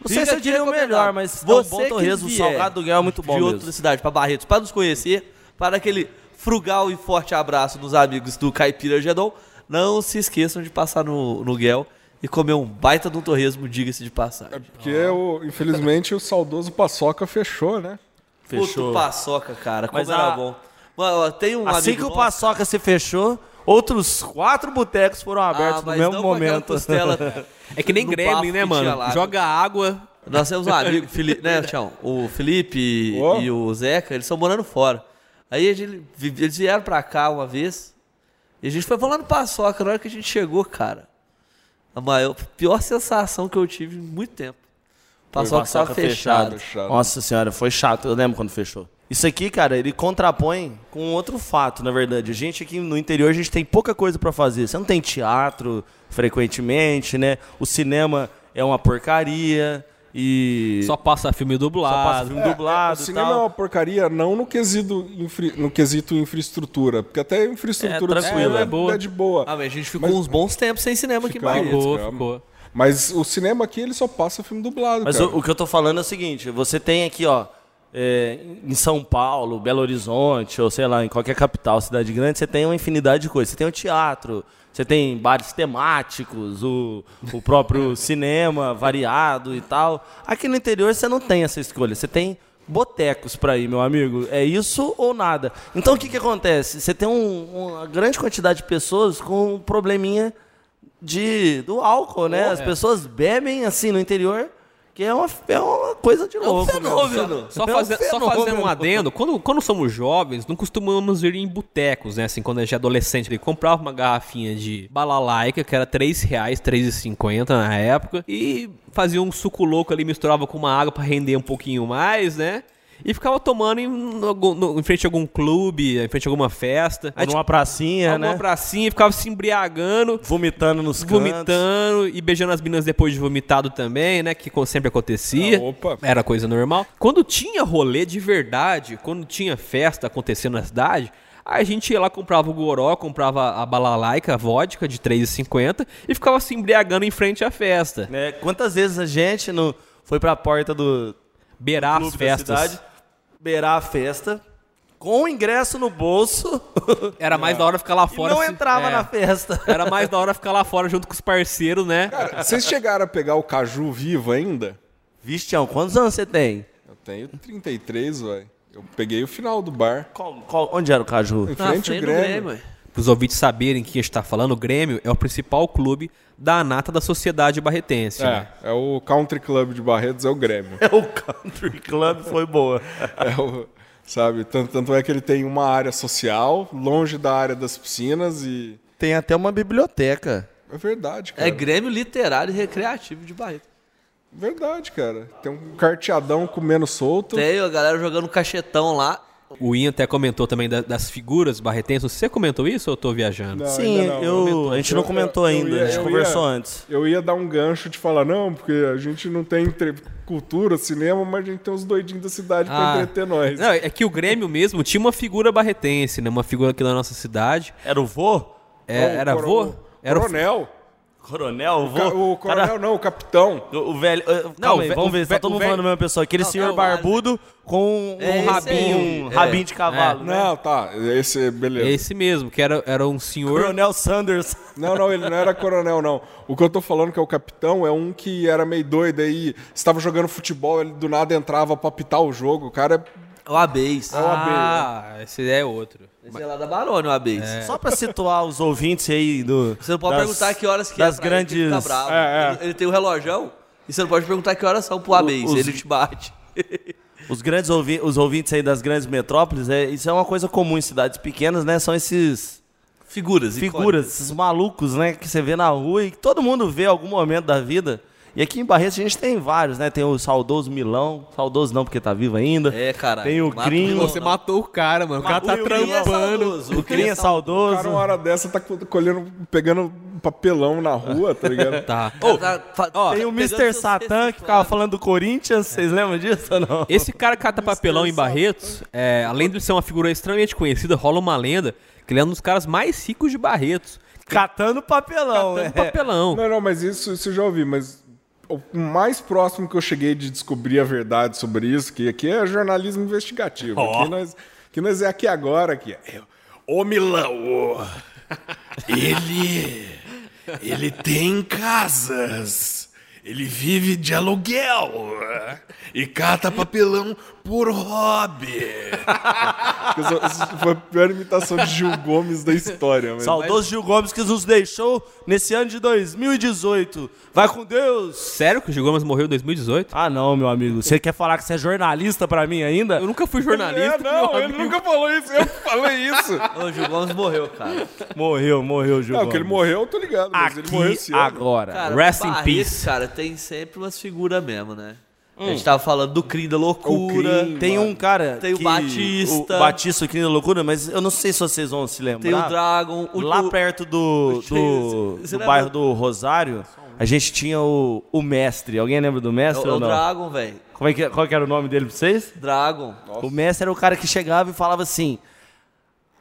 Speaker 3: Não sei
Speaker 2: Fica
Speaker 3: se eu
Speaker 2: aqui
Speaker 3: diria o
Speaker 2: recomendado.
Speaker 3: melhor, mas é um
Speaker 2: Você
Speaker 3: bom
Speaker 2: que
Speaker 3: torresmo, o
Speaker 2: vier
Speaker 3: salgado do Guel é muito bom
Speaker 2: De
Speaker 3: mesmo.
Speaker 2: outra cidade pra Barretos, pra nos conhecer, para aquele frugal e forte abraço dos amigos do Caipira Gedon, não se esqueçam de passar no, no Guel e comer um baita de um torresmo, diga-se de passagem.
Speaker 1: É Porque, o- infelizmente, o saudoso Paçoca fechou, né?
Speaker 2: Puto paçoca, cara, como
Speaker 3: Mas
Speaker 2: era
Speaker 3: a-
Speaker 2: bom. Mano, ó, tem um
Speaker 3: Assim
Speaker 2: amigo
Speaker 3: que
Speaker 2: nosso-
Speaker 3: o Paçoca se fechou, outros quatro botecos foram abertos
Speaker 2: Ah,
Speaker 3: no
Speaker 2: mas
Speaker 3: mesmo
Speaker 2: não com aquela
Speaker 3: momento. [laughs]
Speaker 2: costela
Speaker 4: É que nem
Speaker 2: no
Speaker 4: gremlin,
Speaker 2: bafo
Speaker 4: né,
Speaker 2: que
Speaker 4: mano?
Speaker 2: tinha lá.
Speaker 4: Joga água.
Speaker 2: Nós temos um amigo, Felipe, né, Tião? O Felipe e-
Speaker 1: Ó.
Speaker 2: e o Zeca, eles estão morando fora. Aí a gente- eles vieram pra cá uma vez e a gente foi falando paçoca. Na hora que a gente chegou, cara, a maior, pior sensação que eu tive em muito tempo. Paçoca estava fechada.
Speaker 1: fechado.
Speaker 3: Nossa senhora, foi chato. Eu lembro quando fechou. Isso aqui, cara, ele contrapõe com um outro fato, na verdade. A gente aqui no interior, a gente tem pouca coisa pra fazer. Você não tem teatro frequentemente, né? O cinema é uma porcaria e
Speaker 4: Só passa filme dublado.
Speaker 3: só passa filme
Speaker 1: O
Speaker 3: dublado e
Speaker 1: cinema é
Speaker 3: tal.
Speaker 1: uma porcaria, não no quesito, infra- no quesito infraestrutura, porque até a infraestrutura
Speaker 3: É,
Speaker 1: do
Speaker 3: tranquilo,
Speaker 1: cinema
Speaker 4: é boa.
Speaker 1: é de boa.
Speaker 2: Ah, mas a gente ficou uns bons tempos sem cinema aqui em
Speaker 1: Ficamos.
Speaker 2: Barretos.
Speaker 4: Ficou,
Speaker 1: cara.
Speaker 4: ficou.
Speaker 1: Mas o cinema aqui, ele só passa filme dublado,
Speaker 3: Mas
Speaker 1: cara.
Speaker 3: o, o que eu tô falando é o seguinte, você tem aqui, ó, é, em São Paulo, Belo Horizonte, ou sei lá, em qualquer capital, cidade grande, você tem uma infinidade de coisas. Você tem o teatro, você tem bares temáticos, o, o próprio cinema variado e tal. Aqui no interior você não tem essa escolha, você tem botecos pra ir, meu amigo. É isso ou nada. Então o que que acontece? Você tem um- uma grande quantidade de pessoas com um probleminha de, do álcool, né? As pessoas bebem assim no interior, que é uma, é uma coisa de louco. né?
Speaker 2: fenômeno.
Speaker 3: É
Speaker 4: Só,
Speaker 3: um
Speaker 4: faze- só
Speaker 3: fenômeno.
Speaker 4: fazendo um adendo, quando, quando somos jovens, não costumamos ir em botecos, né? Assim, quando a gente é adolescente, ele comprava uma garrafinha de balalaica, que era R$ 3 reais, R$ 3,50 na época, e fazia um suco louco ali, misturava com uma água pra render um pouquinho mais, né? E ficava tomando em, no- no- em frente a algum clube, em frente a alguma festa. Aí,
Speaker 3: Numa pracinha,
Speaker 4: alguma
Speaker 3: né?
Speaker 4: pracinha, e ficava se embriagando.
Speaker 3: Vomitando nos cantos.
Speaker 4: Vomitando e beijando as meninas depois de vomitado também, né? Que co- sempre acontecia.
Speaker 1: Ah, opa.
Speaker 4: Era coisa normal. Quando tinha rolê de verdade, quando tinha festa acontecendo na cidade, a gente ia lá, comprava o goró, comprava a balalaica, a vodka de 3,50 e ficava se embriagando em frente à festa.
Speaker 3: Né? Quantas vezes a gente não foi pra porta do
Speaker 4: Beirar as
Speaker 3: clube da
Speaker 4: festas.
Speaker 3: cidade, beirar a festa, com o ingresso no bolso,
Speaker 4: Era mais da hora ficar lá
Speaker 3: e
Speaker 4: fora.
Speaker 3: não
Speaker 4: se-
Speaker 3: entrava
Speaker 4: é.
Speaker 3: na festa. [laughs]
Speaker 4: [laughs] Era mais da hora ficar lá fora junto com os parceiros, né?
Speaker 1: Cara, vocês chegaram a pegar o Caju vivo ainda?
Speaker 3: Vixe, Tião, quantos anos você tem?
Speaker 1: Eu tenho 33, velho. Eu peguei o final do bar.
Speaker 3: Qual- qual- onde era o Caju?
Speaker 1: Em
Speaker 2: Na
Speaker 1: frente ao
Speaker 2: frente do
Speaker 1: Grêmio.
Speaker 2: Grêmio, é. ué.
Speaker 4: Para os ouvintes saberem que a gente está falando, o Grêmio é o principal clube da nata da sociedade barretense. né?
Speaker 1: É, é o Country Club de Barretos, é o Grêmio.
Speaker 3: [laughs] É o Country Club, foi boa.
Speaker 1: É o- sabe? Tanto, tanto é que ele tem uma área social, longe da área das piscinas e.
Speaker 3: Tem até uma biblioteca.
Speaker 1: É verdade, cara.
Speaker 2: É Grêmio Literário e Recreativo de Barretos.
Speaker 1: Verdade, cara. Tem um carteadão comendo solto.
Speaker 2: Tem a galera jogando cachetão lá.
Speaker 4: O Ian até comentou também da- das figuras barretenses. Você comentou isso ou eu tô viajando?
Speaker 1: Não,
Speaker 3: Sim,
Speaker 1: ainda não.
Speaker 3: eu, a gente não
Speaker 1: Eu-
Speaker 3: comentou
Speaker 1: eu- eu
Speaker 3: ainda,
Speaker 1: ia-
Speaker 3: a gente
Speaker 1: eu
Speaker 3: conversou
Speaker 1: ia-
Speaker 3: antes.
Speaker 1: Eu ia dar um gancho de falar, não, porque a gente não tem entre- cultura, cinema, mas a gente tem os doidinhos da cidade
Speaker 4: Ah.
Speaker 1: pra entreter nós.
Speaker 4: Não, é que o Grêmio mesmo tinha uma figura barretense, né? Uma figura aqui da nossa cidade.
Speaker 3: Era o vô?
Speaker 4: É, era
Speaker 1: coro-
Speaker 4: vô? Era o-
Speaker 1: coronel.
Speaker 3: Coronel, o
Speaker 1: O, ca-
Speaker 3: vô?
Speaker 1: o coronel não, o capitão.
Speaker 3: O o velho. eh, Calma
Speaker 4: o
Speaker 3: aí,
Speaker 4: ve-
Speaker 3: vamos ver,
Speaker 4: o
Speaker 3: tá
Speaker 4: ve-
Speaker 3: todo
Speaker 4: o
Speaker 3: mundo
Speaker 4: velho-
Speaker 3: falando a mesma pessoa. Aquele
Speaker 2: Não,
Speaker 3: senhor
Speaker 2: é o
Speaker 3: barbudo com um
Speaker 2: É esse
Speaker 3: rabinho,
Speaker 2: aí.
Speaker 3: um
Speaker 2: É.
Speaker 3: rabinho de
Speaker 1: [laughs]
Speaker 3: cavalo. né?
Speaker 1: Não, tá. Esse, beleza.
Speaker 4: É esse mesmo, que era, era um senhor.
Speaker 3: Coronel Sanders.
Speaker 1: Não, não, ele não era coronel, não. O que eu tô falando que é o capitão é um que era meio doido aí, estava jogando futebol, ele do nada entrava pra apitar o jogo. O cara é.
Speaker 2: O Abeis.
Speaker 4: Ah, esse é outro.
Speaker 2: Esse é lá da Barone, o Abeis.
Speaker 3: Só pra situar os ouvintes aí do.
Speaker 2: Você não pode
Speaker 3: das-
Speaker 2: perguntar que horas que
Speaker 3: das
Speaker 2: é pra ele, que ele
Speaker 3: grandes.
Speaker 2: fica bravo.
Speaker 1: É, é.
Speaker 2: Ele, ele tem o relojão e você não pode perguntar que horas são pro Ameis,
Speaker 3: os-
Speaker 2: ele te bate.
Speaker 3: Os grandes ouvi os ouvintes aí das grandes metrópoles, é, isso é uma coisa comum em cidades pequenas, né? São esses
Speaker 2: Figuras,
Speaker 3: figuras, esses malucos, né? Que você vê na rua e que todo mundo vê em algum momento da vida. E aqui em Barretos a gente tem vários, né? Tem o saudoso Milão, saudoso não porque tá vivo ainda.
Speaker 2: É, caralho.
Speaker 3: Tem o
Speaker 2: Mata
Speaker 3: Green.
Speaker 2: Milão,
Speaker 7: Você
Speaker 2: não.
Speaker 7: matou o cara, mano. O cara tá
Speaker 3: O Crin é
Speaker 7: trampando.
Speaker 2: saudoso.
Speaker 3: O Crin é saudoso.
Speaker 1: Cara, uma hora dessa tá co- colhendo, pegando papelão na rua, tá ligado?
Speaker 4: Tá.
Speaker 2: Ô, fa-
Speaker 3: Tem
Speaker 2: pegando
Speaker 3: o Mr.
Speaker 2: seus
Speaker 3: Satan
Speaker 2: textos
Speaker 3: que ficava
Speaker 2: lá.
Speaker 3: falando do Corinthians, vocês lembram disso ou não?
Speaker 4: Esse cara que cata
Speaker 1: é
Speaker 4: papelão em Barretos, é, além de ser uma figura extremamente conhecida, rola uma lenda que ele é um dos caras mais ricos de Barretos.
Speaker 3: Catando papelão,
Speaker 7: é.
Speaker 4: Tanto
Speaker 3: né?
Speaker 4: papelão.
Speaker 1: Não, não, mas isso, isso eu já ouvi, mas o mais próximo que eu cheguei de descobrir a verdade sobre isso, que aqui é jornalismo investigativo. Aqui, nós, aqui nós é aqui agora, aqui. é, [laughs]
Speaker 5: Ô Milão, ô. ele. Ele tem casas. Ele vive de aluguel e cata papelão por hobby.
Speaker 1: Isso isso foi a pior imitação de Gil Gomes da história. Mas...
Speaker 3: Saudoso Gil Gomes que nos deixou nesse ano de 2018. Vai com Deus!
Speaker 4: Sério que o Gil Gomes morreu em 2018?
Speaker 3: Ah, não, meu amigo. Você quer falar que você é jornalista pra mim ainda?
Speaker 4: Eu nunca fui jornalista.
Speaker 1: É, não,
Speaker 4: meu
Speaker 1: ele
Speaker 4: amigo.
Speaker 1: nunca falou isso, eu que falei [laughs] isso.
Speaker 2: Ô, Gil Gomes morreu, cara.
Speaker 3: Morreu, morreu, Gil
Speaker 1: Não,
Speaker 3: Gomes.
Speaker 1: que ele morreu, eu tô ligado, mas ele morreu
Speaker 3: Aqui,
Speaker 1: esse ano.
Speaker 3: agora.
Speaker 2: cara
Speaker 4: Rest in
Speaker 2: Barreto,
Speaker 4: peace.
Speaker 2: Cara, tem sempre umas figuras mesmo, né?
Speaker 3: Hum.
Speaker 2: A gente tava falando do Crim da é loucura.
Speaker 1: O Crim,
Speaker 3: Tem um cara.
Speaker 2: Tem o
Speaker 3: que-
Speaker 2: Batista.
Speaker 3: O Batista, o Crime da Loucura, mas eu não sei se vocês vão se lembrar.
Speaker 2: Tem o Dragon, o
Speaker 3: Lá
Speaker 2: o-
Speaker 3: perto do, do,
Speaker 2: Você
Speaker 3: do
Speaker 2: lembra?
Speaker 3: bairro do Rosário, a gente tinha o, o Mestre. Alguém lembra do
Speaker 2: É
Speaker 3: Mestre
Speaker 2: o, é
Speaker 3: ou
Speaker 2: o
Speaker 3: não?
Speaker 2: Dragon, velho.
Speaker 3: Como é que, qual que era o nome dele pra vocês?
Speaker 2: Dragon.
Speaker 3: O mestre era o cara que chegava e falava assim: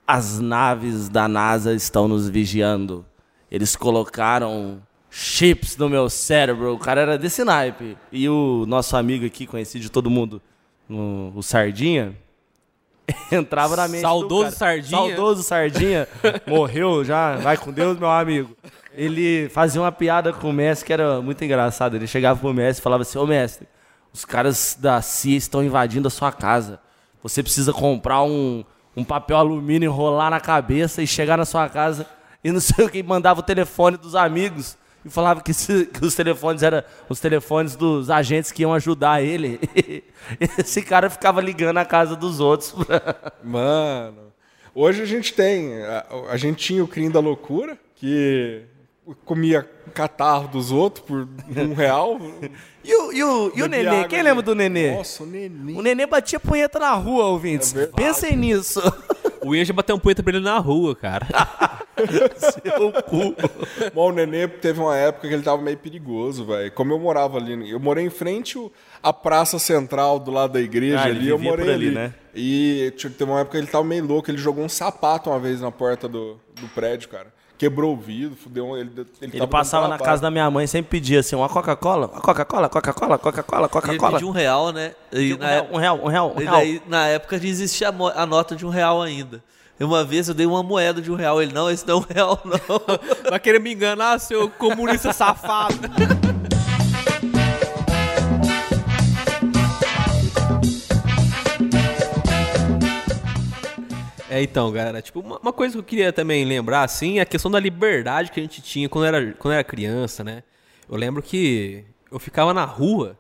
Speaker 3: As naves da NASA estão nos vigiando. Eles colocaram chips no meu cérebro. O cara era desse naipe. E o nosso amigo aqui, conhecido de todo mundo, no- o Sardinha, [laughs] entrava na mente. do
Speaker 4: Saudoso
Speaker 3: cara.
Speaker 4: Sardinha.
Speaker 3: Saudoso
Speaker 4: [laughs]
Speaker 3: Sardinha. Morreu já. Vai com Deus, meu amigo. Ele fazia uma piada com o mestre que era muito engraçado. Ele chegava pro mestre e falava assim: Ô mestre, os caras da CIA estão invadindo a sua casa. Você precisa comprar um, um papel alumínio, enrolar na cabeça e chegar na sua casa e não sei o que, mandava o telefone dos amigos e falava que, se- que os telefones eram os telefones dos agentes que iam ajudar ele. [laughs] Esse cara ficava ligando a casa dos outros. pra-
Speaker 1: Mano. Hoje a gente tem. A, a gente tinha o Crim da Loucura, que comia catarro dos outros por um real.
Speaker 3: E o, e o, e
Speaker 1: Bebia
Speaker 3: o Nenê?
Speaker 1: água,
Speaker 3: Quem lembra
Speaker 1: né?
Speaker 3: do Nenê?
Speaker 1: Nossa, o nenê.
Speaker 3: O Nenê batia punheta na rua, ouvintes. Pensem nisso.
Speaker 4: O Ian já bateu um punheta pra ele na rua, cara.
Speaker 3: Ah. Seu cu.
Speaker 1: Bom, o Nenê teve uma época que ele tava meio perigoso, velho. Como eu morava ali, eu morei em frente o- à praça central do lado da igreja
Speaker 3: Ah, ele
Speaker 1: ali, eu
Speaker 3: vivia
Speaker 1: morei
Speaker 3: por ali,
Speaker 1: ali,
Speaker 3: né?
Speaker 1: E tipo, teve uma época que ele tava meio louco, ele jogou um sapato uma vez na porta do, do prédio, cara. Quebrou o vidro, fudeu, um- ele ele,
Speaker 3: Ele passava na casa da minha mãe e sempre pedia assim, uma Coca-Cola, uma Coca-Cola, Coca-Cola, Coca-Cola,
Speaker 2: Ele
Speaker 3: Coca-Cola.
Speaker 2: pediu um real, né? E
Speaker 3: Um
Speaker 2: na
Speaker 3: real,
Speaker 2: época-
Speaker 3: um real, um real, um
Speaker 2: E
Speaker 3: real.
Speaker 2: daí, na época, não existia a, mo- a nota de um real ainda. E uma vez eu dei uma moeda de um real. Ele, não, esse não é um real, não.
Speaker 4: [laughs] Vai querer me enganar, seu comunista safado.
Speaker 2: [laughs]
Speaker 4: É, então, galera, tipo, uma, uma coisa que eu queria também lembrar, assim, é a questão da liberdade que a gente tinha quando era, quando era criança, né? Eu lembro que eu ficava na rua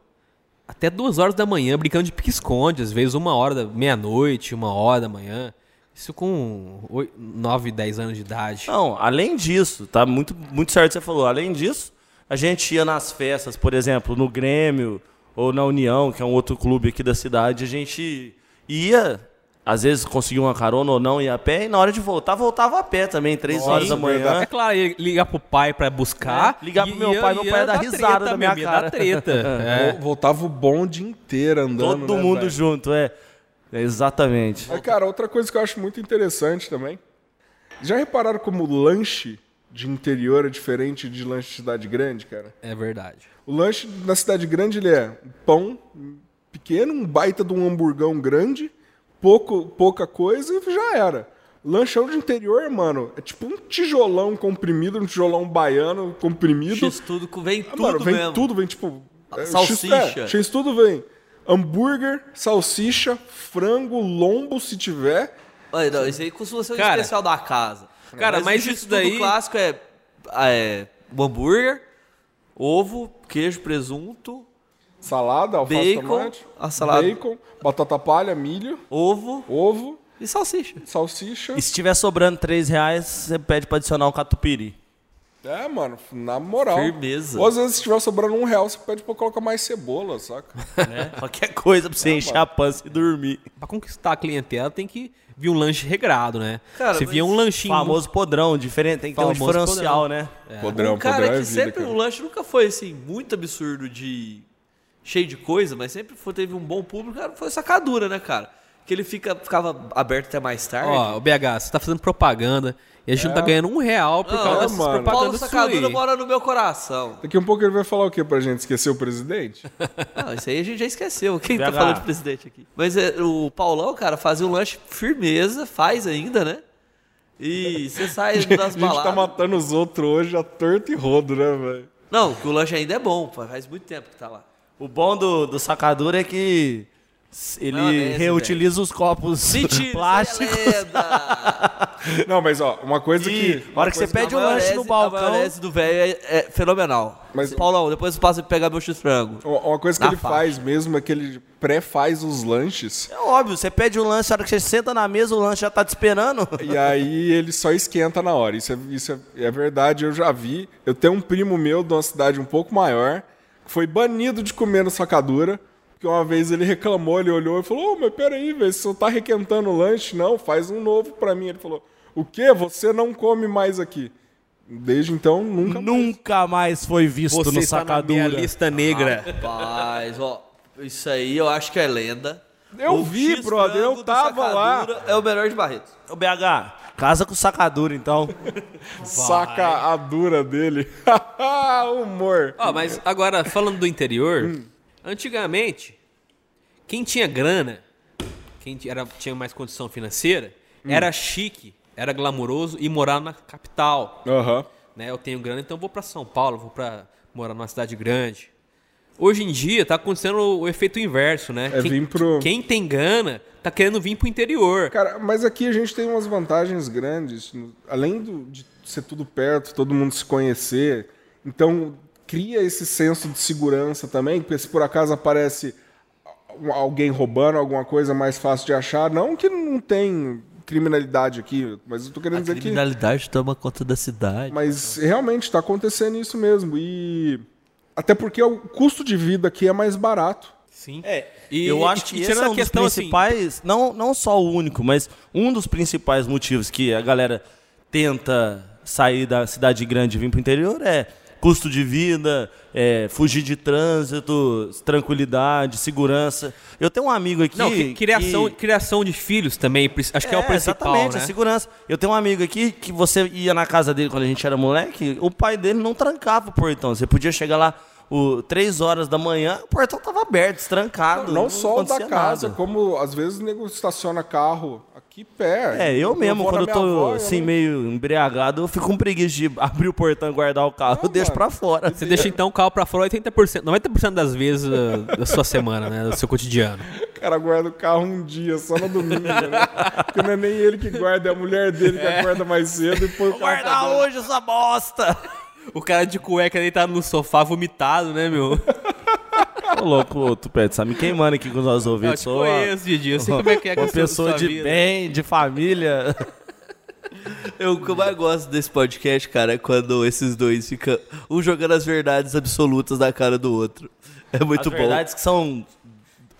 Speaker 4: até duas horas da manhã brincando de pique-esconde, às vezes uma hora da meia-noite, uma hora da manhã. Isso com oi- nove, dez anos de idade.
Speaker 3: Não, além disso, tá muito, muito certo o que você falou. Além disso, a gente ia nas festas, por exemplo, no Grêmio ou na União, que é um outro clube aqui da cidade, a gente ia, às vezes conseguia uma carona ou não, ia a pé, e na hora de voltar, voltava a pé também, três
Speaker 1: Nossa,
Speaker 3: horas da manhã.
Speaker 4: É claro, ia ligar pro pai pra buscar.
Speaker 3: É, ligar pro
Speaker 4: e
Speaker 3: meu pai, meu pai ia dar risada
Speaker 4: treta
Speaker 3: da minha
Speaker 4: mesmo, ia
Speaker 3: cara.
Speaker 4: dar treta. É.
Speaker 3: [laughs]
Speaker 1: Vo- Voltava o bonde inteiro andando.
Speaker 3: Todo
Speaker 1: né,
Speaker 3: mundo
Speaker 1: velho?
Speaker 3: junto, é. É, Exatamente.
Speaker 1: Mas, cara, outra coisa que eu acho muito interessante também. Já repararam como o lanche de interior é diferente de lanche de cidade grande, cara?
Speaker 4: É verdade.
Speaker 1: O lanche na cidade grande ele é um pão pequeno, um baita de um hamburgão grande, pouco, pouca coisa e já era. Lanchão de interior, mano, é tipo um tijolão comprimido, um tijolão baiano comprimido.
Speaker 2: X tudo, com- vem
Speaker 1: Ah,
Speaker 2: tudo
Speaker 1: mano, vem
Speaker 2: mesmo.
Speaker 1: tudo, vem tipo. é,
Speaker 2: Salsicha.
Speaker 1: X, é, X tudo vem. Hambúrguer, salsicha, frango, lombo se tiver.
Speaker 2: Olha, não, isso aí costuma ser um
Speaker 4: Cara.
Speaker 2: especial da casa.
Speaker 4: Cara, mas
Speaker 2: o
Speaker 4: isso
Speaker 2: estudo
Speaker 4: daí-
Speaker 2: clássico é, é o hambúrguer, ovo, queijo, presunto,
Speaker 1: Salada, alface,
Speaker 2: Bacon,
Speaker 1: tomate,
Speaker 2: a salada-
Speaker 1: bacon, batata palha, milho,
Speaker 2: Ovo
Speaker 1: ovo,
Speaker 2: e salsicha.
Speaker 1: salsicha.
Speaker 3: E se tiver sobrando 3 reais, você pede pra adicionar um catupiry.
Speaker 1: É, mano, na moral.
Speaker 2: Firmeza.
Speaker 1: Ou às vezes, se tiver sobrando um real, você pede pra colocar mais cebola, saca?
Speaker 3: Né? Qualquer coisa pra você encher a pança e dormir.
Speaker 4: Pra conquistar a clientela tem que vir um lanche regrado, né?
Speaker 2: Cara,
Speaker 4: Se vier
Speaker 2: mas
Speaker 4: um lanchinho.
Speaker 3: Famoso podrão, diferente, tem que ter um
Speaker 4: Famoso
Speaker 3: diferencial,
Speaker 4: podrão.
Speaker 3: né?
Speaker 1: Podrão,
Speaker 2: um cara
Speaker 1: podrão é
Speaker 2: que
Speaker 1: vida,
Speaker 2: sempre,
Speaker 1: cara.
Speaker 2: o lanche nunca foi assim, muito absurdo de. cheio de coisa, mas sempre foi- teve um bom público, cara, foi sacadura, né, cara? Que ele fica, ficava aberto até mais tarde.
Speaker 4: Ó, o BH, você tá fazendo propaganda e a gente não tá ganhando um real por
Speaker 2: Não,
Speaker 4: causa
Speaker 1: é,
Speaker 4: dessas
Speaker 1: mano.
Speaker 2: Paulo
Speaker 4: propagandas sua
Speaker 2: Sacadura
Speaker 4: aí.
Speaker 2: mora no meu coração. [laughs]
Speaker 1: Daqui a um pouco ele vai falar o quê pra gente? Esquecer o presidente?
Speaker 2: Não, isso aí a gente já esqueceu. Quem tá
Speaker 3: Vai lá.
Speaker 2: falando de presidente aqui? Mas é, o Paulão, cara, fazia um lanche firmeza, faz ainda, né? E você sai
Speaker 1: a [laughs]
Speaker 2: das
Speaker 1: gente tá
Speaker 2: baladas.
Speaker 1: matando os outros hoje a torto e rodo, né, velho?
Speaker 2: Não, que o lanche ainda é bom, pô, faz muito tempo que tá lá.
Speaker 3: O bom do, do sacador é que s- ele
Speaker 2: Maionese,
Speaker 3: reutiliza os copos [laughs]
Speaker 2: Mentira!
Speaker 3: plásticos.
Speaker 2: isso aí é lenda!
Speaker 1: Não, mas ó, uma coisa
Speaker 3: E
Speaker 1: que.
Speaker 3: na hora que você pede o lanche no
Speaker 2: A
Speaker 3: balcão,
Speaker 2: maionese do velho é, é fenomenal.
Speaker 1: Mas-
Speaker 2: Paulão, depois eu passo e pegar meu X-frango.
Speaker 1: Uma uma coisa que
Speaker 2: Na
Speaker 1: ele
Speaker 2: faixa.
Speaker 1: faz mesmo é que ele pré-faz os lanches.
Speaker 3: é óbvio, você pede o lanche, a hora que você senta na mesa, o lanche já tá te esperando.
Speaker 1: E aí ele só esquenta na hora. Isso, é, isso é, é verdade, eu já vi. Eu tenho um primo meu de uma cidade um pouco maior que foi banido de comer no sacadura. Porque uma vez ele reclamou, ele olhou e falou: Ô, mas peraí, velho, você não tá requentando o lanche, não? Faz um novo pra mim. Ele falou: O quê? Você não come mais aqui. Desde então, nunca.
Speaker 3: Nunca mais foi visto
Speaker 4: Você
Speaker 3: no
Speaker 4: está na minha
Speaker 3: sacadura.
Speaker 4: lista negra.
Speaker 2: Rapaz, ó, isso aí eu acho que é lenda.
Speaker 1: Eu
Speaker 2: O
Speaker 1: vi,
Speaker 2: X-frango
Speaker 1: brother, eu
Speaker 2: do
Speaker 1: tava lá.
Speaker 2: Sacadura É o melhor de Barretos.
Speaker 3: Ô BH, casa com o sacadura, então.
Speaker 1: Saca a dura dele. [laughs] Humor.
Speaker 3: Ah.
Speaker 4: Ó, mas agora, falando do interior, antigamente, quem tinha grana, quem ti- era, tinha mais condição financeira, era chique, era glamuroso e morava na capital.
Speaker 1: Aham.
Speaker 4: Né? Eu tenho grana, então eu vou pra São Paulo, vou pra morar numa cidade grande. Hoje em dia tá acontecendo o, o efeito inverso, né?
Speaker 1: É
Speaker 4: quem,
Speaker 1: vir pro-
Speaker 4: quem tem grana tá querendo vir pro interior.
Speaker 1: Cara, mas aqui a gente tem umas vantagens grandes, no- além do- de ser tudo perto, todo mundo se conhecer. Então, cria esse senso de segurança também, porque se por acaso aparece al- alguém roubando alguma coisa é mais fácil de achar, não que não tem criminalidade aqui, mas eu tô querendo
Speaker 2: A
Speaker 1: dizer que
Speaker 2: criminalidade toma conta da cidade.
Speaker 1: mas realmente está acontecendo isso mesmo e até porque o custo de vida aqui é mais barato.
Speaker 4: Sim.
Speaker 3: É,
Speaker 4: E-
Speaker 3: eu acho
Speaker 4: e
Speaker 3: que esse
Speaker 4: tirando
Speaker 3: é
Speaker 4: a
Speaker 3: um
Speaker 4: questão,
Speaker 3: dos
Speaker 4: assim-
Speaker 3: principais, não, não só o único, mas um dos principais motivos que a galera tenta sair da cidade grande e vir para o interior é custo de vida, é, fugir de trânsito, tranquilidade, segurança. Eu tenho um amigo aqui...
Speaker 4: Não, que- criação,
Speaker 3: que-
Speaker 4: criação de filhos também, pri- acho que é, o principal,
Speaker 3: exatamente,
Speaker 4: né?
Speaker 3: a segurança. Eu tenho um amigo aqui que você ia na casa dele quando a gente era moleque, o pai dele não trancava o portão. Você podia chegar lá o, 3 horas da manhã, o portão tava aberto, destrancado.
Speaker 1: Não só o da
Speaker 3: acontecia
Speaker 1: casa,
Speaker 3: nada.
Speaker 1: como às vezes o nego estaciona carro aqui perto.
Speaker 3: É, eu mesmo,
Speaker 1: vou na
Speaker 3: quando eu
Speaker 1: minha
Speaker 3: tô
Speaker 1: avó, eu
Speaker 3: assim,
Speaker 1: não-
Speaker 3: meio embriagado, eu fico com preguiça de abrir o portão e guardar o carro, eu [laughs] deixo
Speaker 1: mano.
Speaker 3: pra fora.
Speaker 4: Você deixa então o carro pra fora 80%, 90% das vezes ah, da sua semana, né? Do seu [laughs] cotidiano.
Speaker 1: O cara guarda o carro um dia, só no domingo, né? Porque não é nem ele que guarda, é a mulher dele que acorda mais cedo e põe o
Speaker 3: Vou
Speaker 1: carro.
Speaker 3: guardar hoje essa bosta!
Speaker 4: O cara de cueca deitado no sofá, vomitado, né, meu?
Speaker 3: Ô é louco, ô, Tupete, tá me queimando aqui com os nossos
Speaker 4: Eu
Speaker 3: ouvintes.
Speaker 4: te
Speaker 3: sou uma-
Speaker 4: conheço, Didi. Eu
Speaker 3: [laughs]
Speaker 4: sei como é que é com
Speaker 3: uma
Speaker 4: a sua-
Speaker 3: pessoa
Speaker 4: sua
Speaker 3: de
Speaker 4: vida.
Speaker 3: bem, de família.
Speaker 2: [laughs] Eu, o que eu mais gosto desse podcast, cara, é quando esses dois ficam um jogando as verdades absolutas na cara do outro. É muito
Speaker 3: As
Speaker 2: bom.
Speaker 3: verdades que são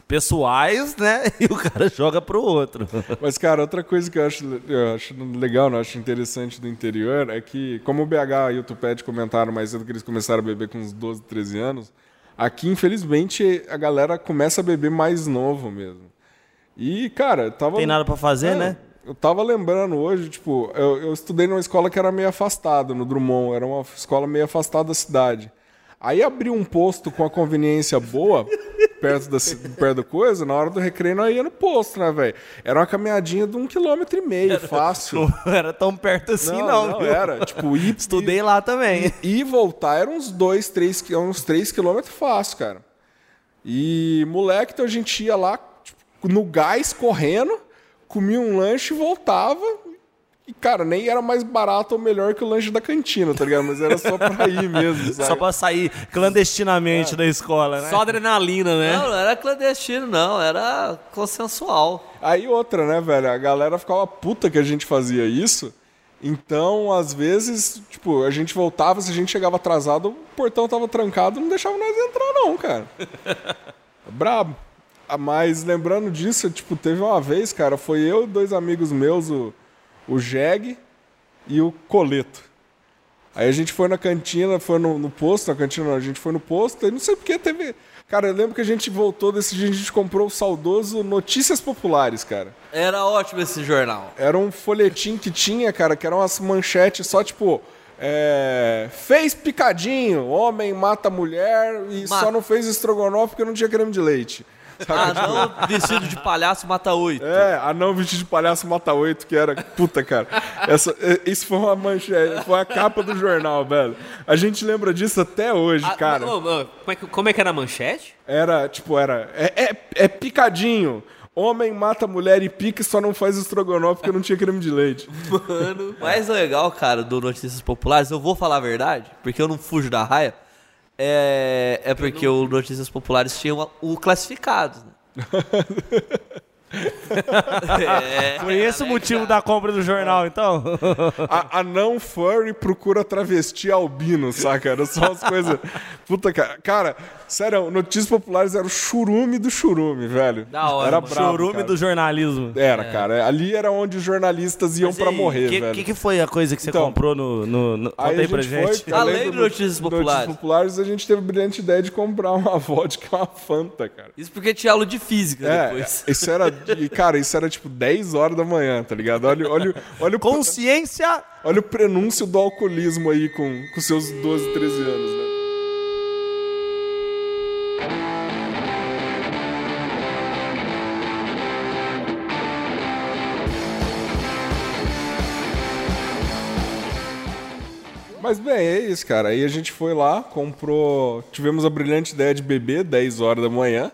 Speaker 3: pessoais, né? [laughs] E o cara joga pro outro.
Speaker 1: Mas, cara, outra coisa que eu acho, le- eu acho legal, né? eu acho interessante do interior é que, como o BH e o Tupete comentaram mais cedo que eles começaram a beber com uns 12, 13 anos, aqui, infelizmente, a galera começa a beber mais novo mesmo. E, cara, eu tava.
Speaker 3: Tem nada pra fazer,
Speaker 1: É,
Speaker 3: né?
Speaker 1: Eu tava lembrando hoje, tipo, eu, eu estudei numa escola que era meio afastada, no Drummond, era uma escola meio afastada da cidade. Aí abriu um posto com a conveniência boa, perto da, ci- perto da coisa, na hora do recreio nós ia no posto, né, velho? Era uma caminhadinha de um quilômetro e meio, fácil.
Speaker 3: Não era tão perto assim, um- não. viu?
Speaker 4: é.
Speaker 1: era.
Speaker 3: [laughs]
Speaker 1: Tipo, ir,
Speaker 3: Estudei lá também.
Speaker 1: ir e voltar era uns dois, três, qui- uns três quilômetros fácil, cara. E moleque, então a gente ia lá tipo, no gás correndo, comia um lanche e voltava. E, cara, nem era mais barato ou melhor que o lanche da cantina, tá ligado? Mas era só pra ir mesmo, sabe?
Speaker 3: [laughs] Só pra sair clandestinamente da escola, né?
Speaker 4: É. Só adrenalina,
Speaker 3: É.
Speaker 4: né?
Speaker 2: Não, não era clandestino, não. Era consensual.
Speaker 1: Aí outra, né, velho? A galera ficava puta que a gente fazia isso. Então, às vezes, tipo, a gente voltava, se a gente chegava atrasado, o portão tava trancado, não deixava nós entrar, não, cara. Brabo. Ah, Mas lembrando disso, tipo, teve uma vez, cara, foi eu e dois amigos meus, o, o Jeg e o Coleto. Aí a gente foi na cantina, foi no, no posto, na cantina não, a gente foi no posto, e não sei porque teve. Cara, eu lembro que a gente voltou desse dia, a gente comprou o saudoso Notícias Populares, cara.
Speaker 2: Era ótimo
Speaker 1: [laughs]
Speaker 2: esse jornal.
Speaker 1: Era um folhetim que tinha, cara, que eram umas manchetes só tipo. é, fez picadinho, homem mata mulher e
Speaker 2: Mata.
Speaker 1: só não fez estrogonofe porque não tinha creme de leite.
Speaker 2: Ah, não, vestido de palhaço mata oito.
Speaker 1: É, anão vestido de palhaço mata oito, que era. Puta, cara. Essa, é, isso foi uma manchete, foi a capa do jornal, velho. A gente lembra disso até hoje,
Speaker 4: Ah,
Speaker 1: cara.
Speaker 4: não, não, como, é que, como é que era a manchete?
Speaker 1: Era, tipo, era. É, é, é picadinho. Homem mata mulher e pica e só não faz estrogonofe porque não tinha creme de leite.
Speaker 2: [laughs] O mais legal, cara, do Notícias Populares, eu vou falar a verdade, porque eu não fujo da raia, é, é porque o Notícias Populares tinha uma- o classificados, né? [laughs] É,
Speaker 3: Foi esse o
Speaker 2: né,
Speaker 3: motivo
Speaker 2: cara?
Speaker 3: da compra do
Speaker 4: É.
Speaker 3: jornal, então?
Speaker 1: A, anão furry procura travesti albino, saca? Era só umas
Speaker 3: [laughs]
Speaker 1: coisas. Puta, cara. Cara, sério, notícias populares era o churume do churume, velho.
Speaker 2: Da hora,
Speaker 1: Era
Speaker 2: mano.
Speaker 1: brabo,
Speaker 3: Chorume
Speaker 1: cara.
Speaker 3: do jornalismo.
Speaker 1: Era, cara. Ali era onde os jornalistas iam um pra morrer,
Speaker 3: O que,
Speaker 1: velho.
Speaker 3: que, que foi a coisa que você
Speaker 1: Então,
Speaker 3: comprou no. no, no... Conta
Speaker 1: Aí
Speaker 3: aí,
Speaker 1: a gente
Speaker 3: pra gente.
Speaker 1: foi, tá cara,
Speaker 2: Além
Speaker 1: lembra
Speaker 2: de
Speaker 1: no-
Speaker 2: notícias populares.
Speaker 1: Notícias populares, a gente teve a brilhante ideia de comprar uma [laughs] vodka e uma Fanta, cara.
Speaker 2: Isso porque tinha aula de física
Speaker 1: É,
Speaker 2: depois.
Speaker 1: isso era, de- cara, isso era tipo 10 horas da manhã, tá ligado? Olha, olha, olha, o,
Speaker 3: Consciência!
Speaker 1: olha o prenúncio do alcoolismo aí com, com seus 12, 13 anos, né? Mas bem, é isso, cara. Aí a gente foi lá, comprou. Tivemos a brilhante ideia de beber, 10 horas da manhã.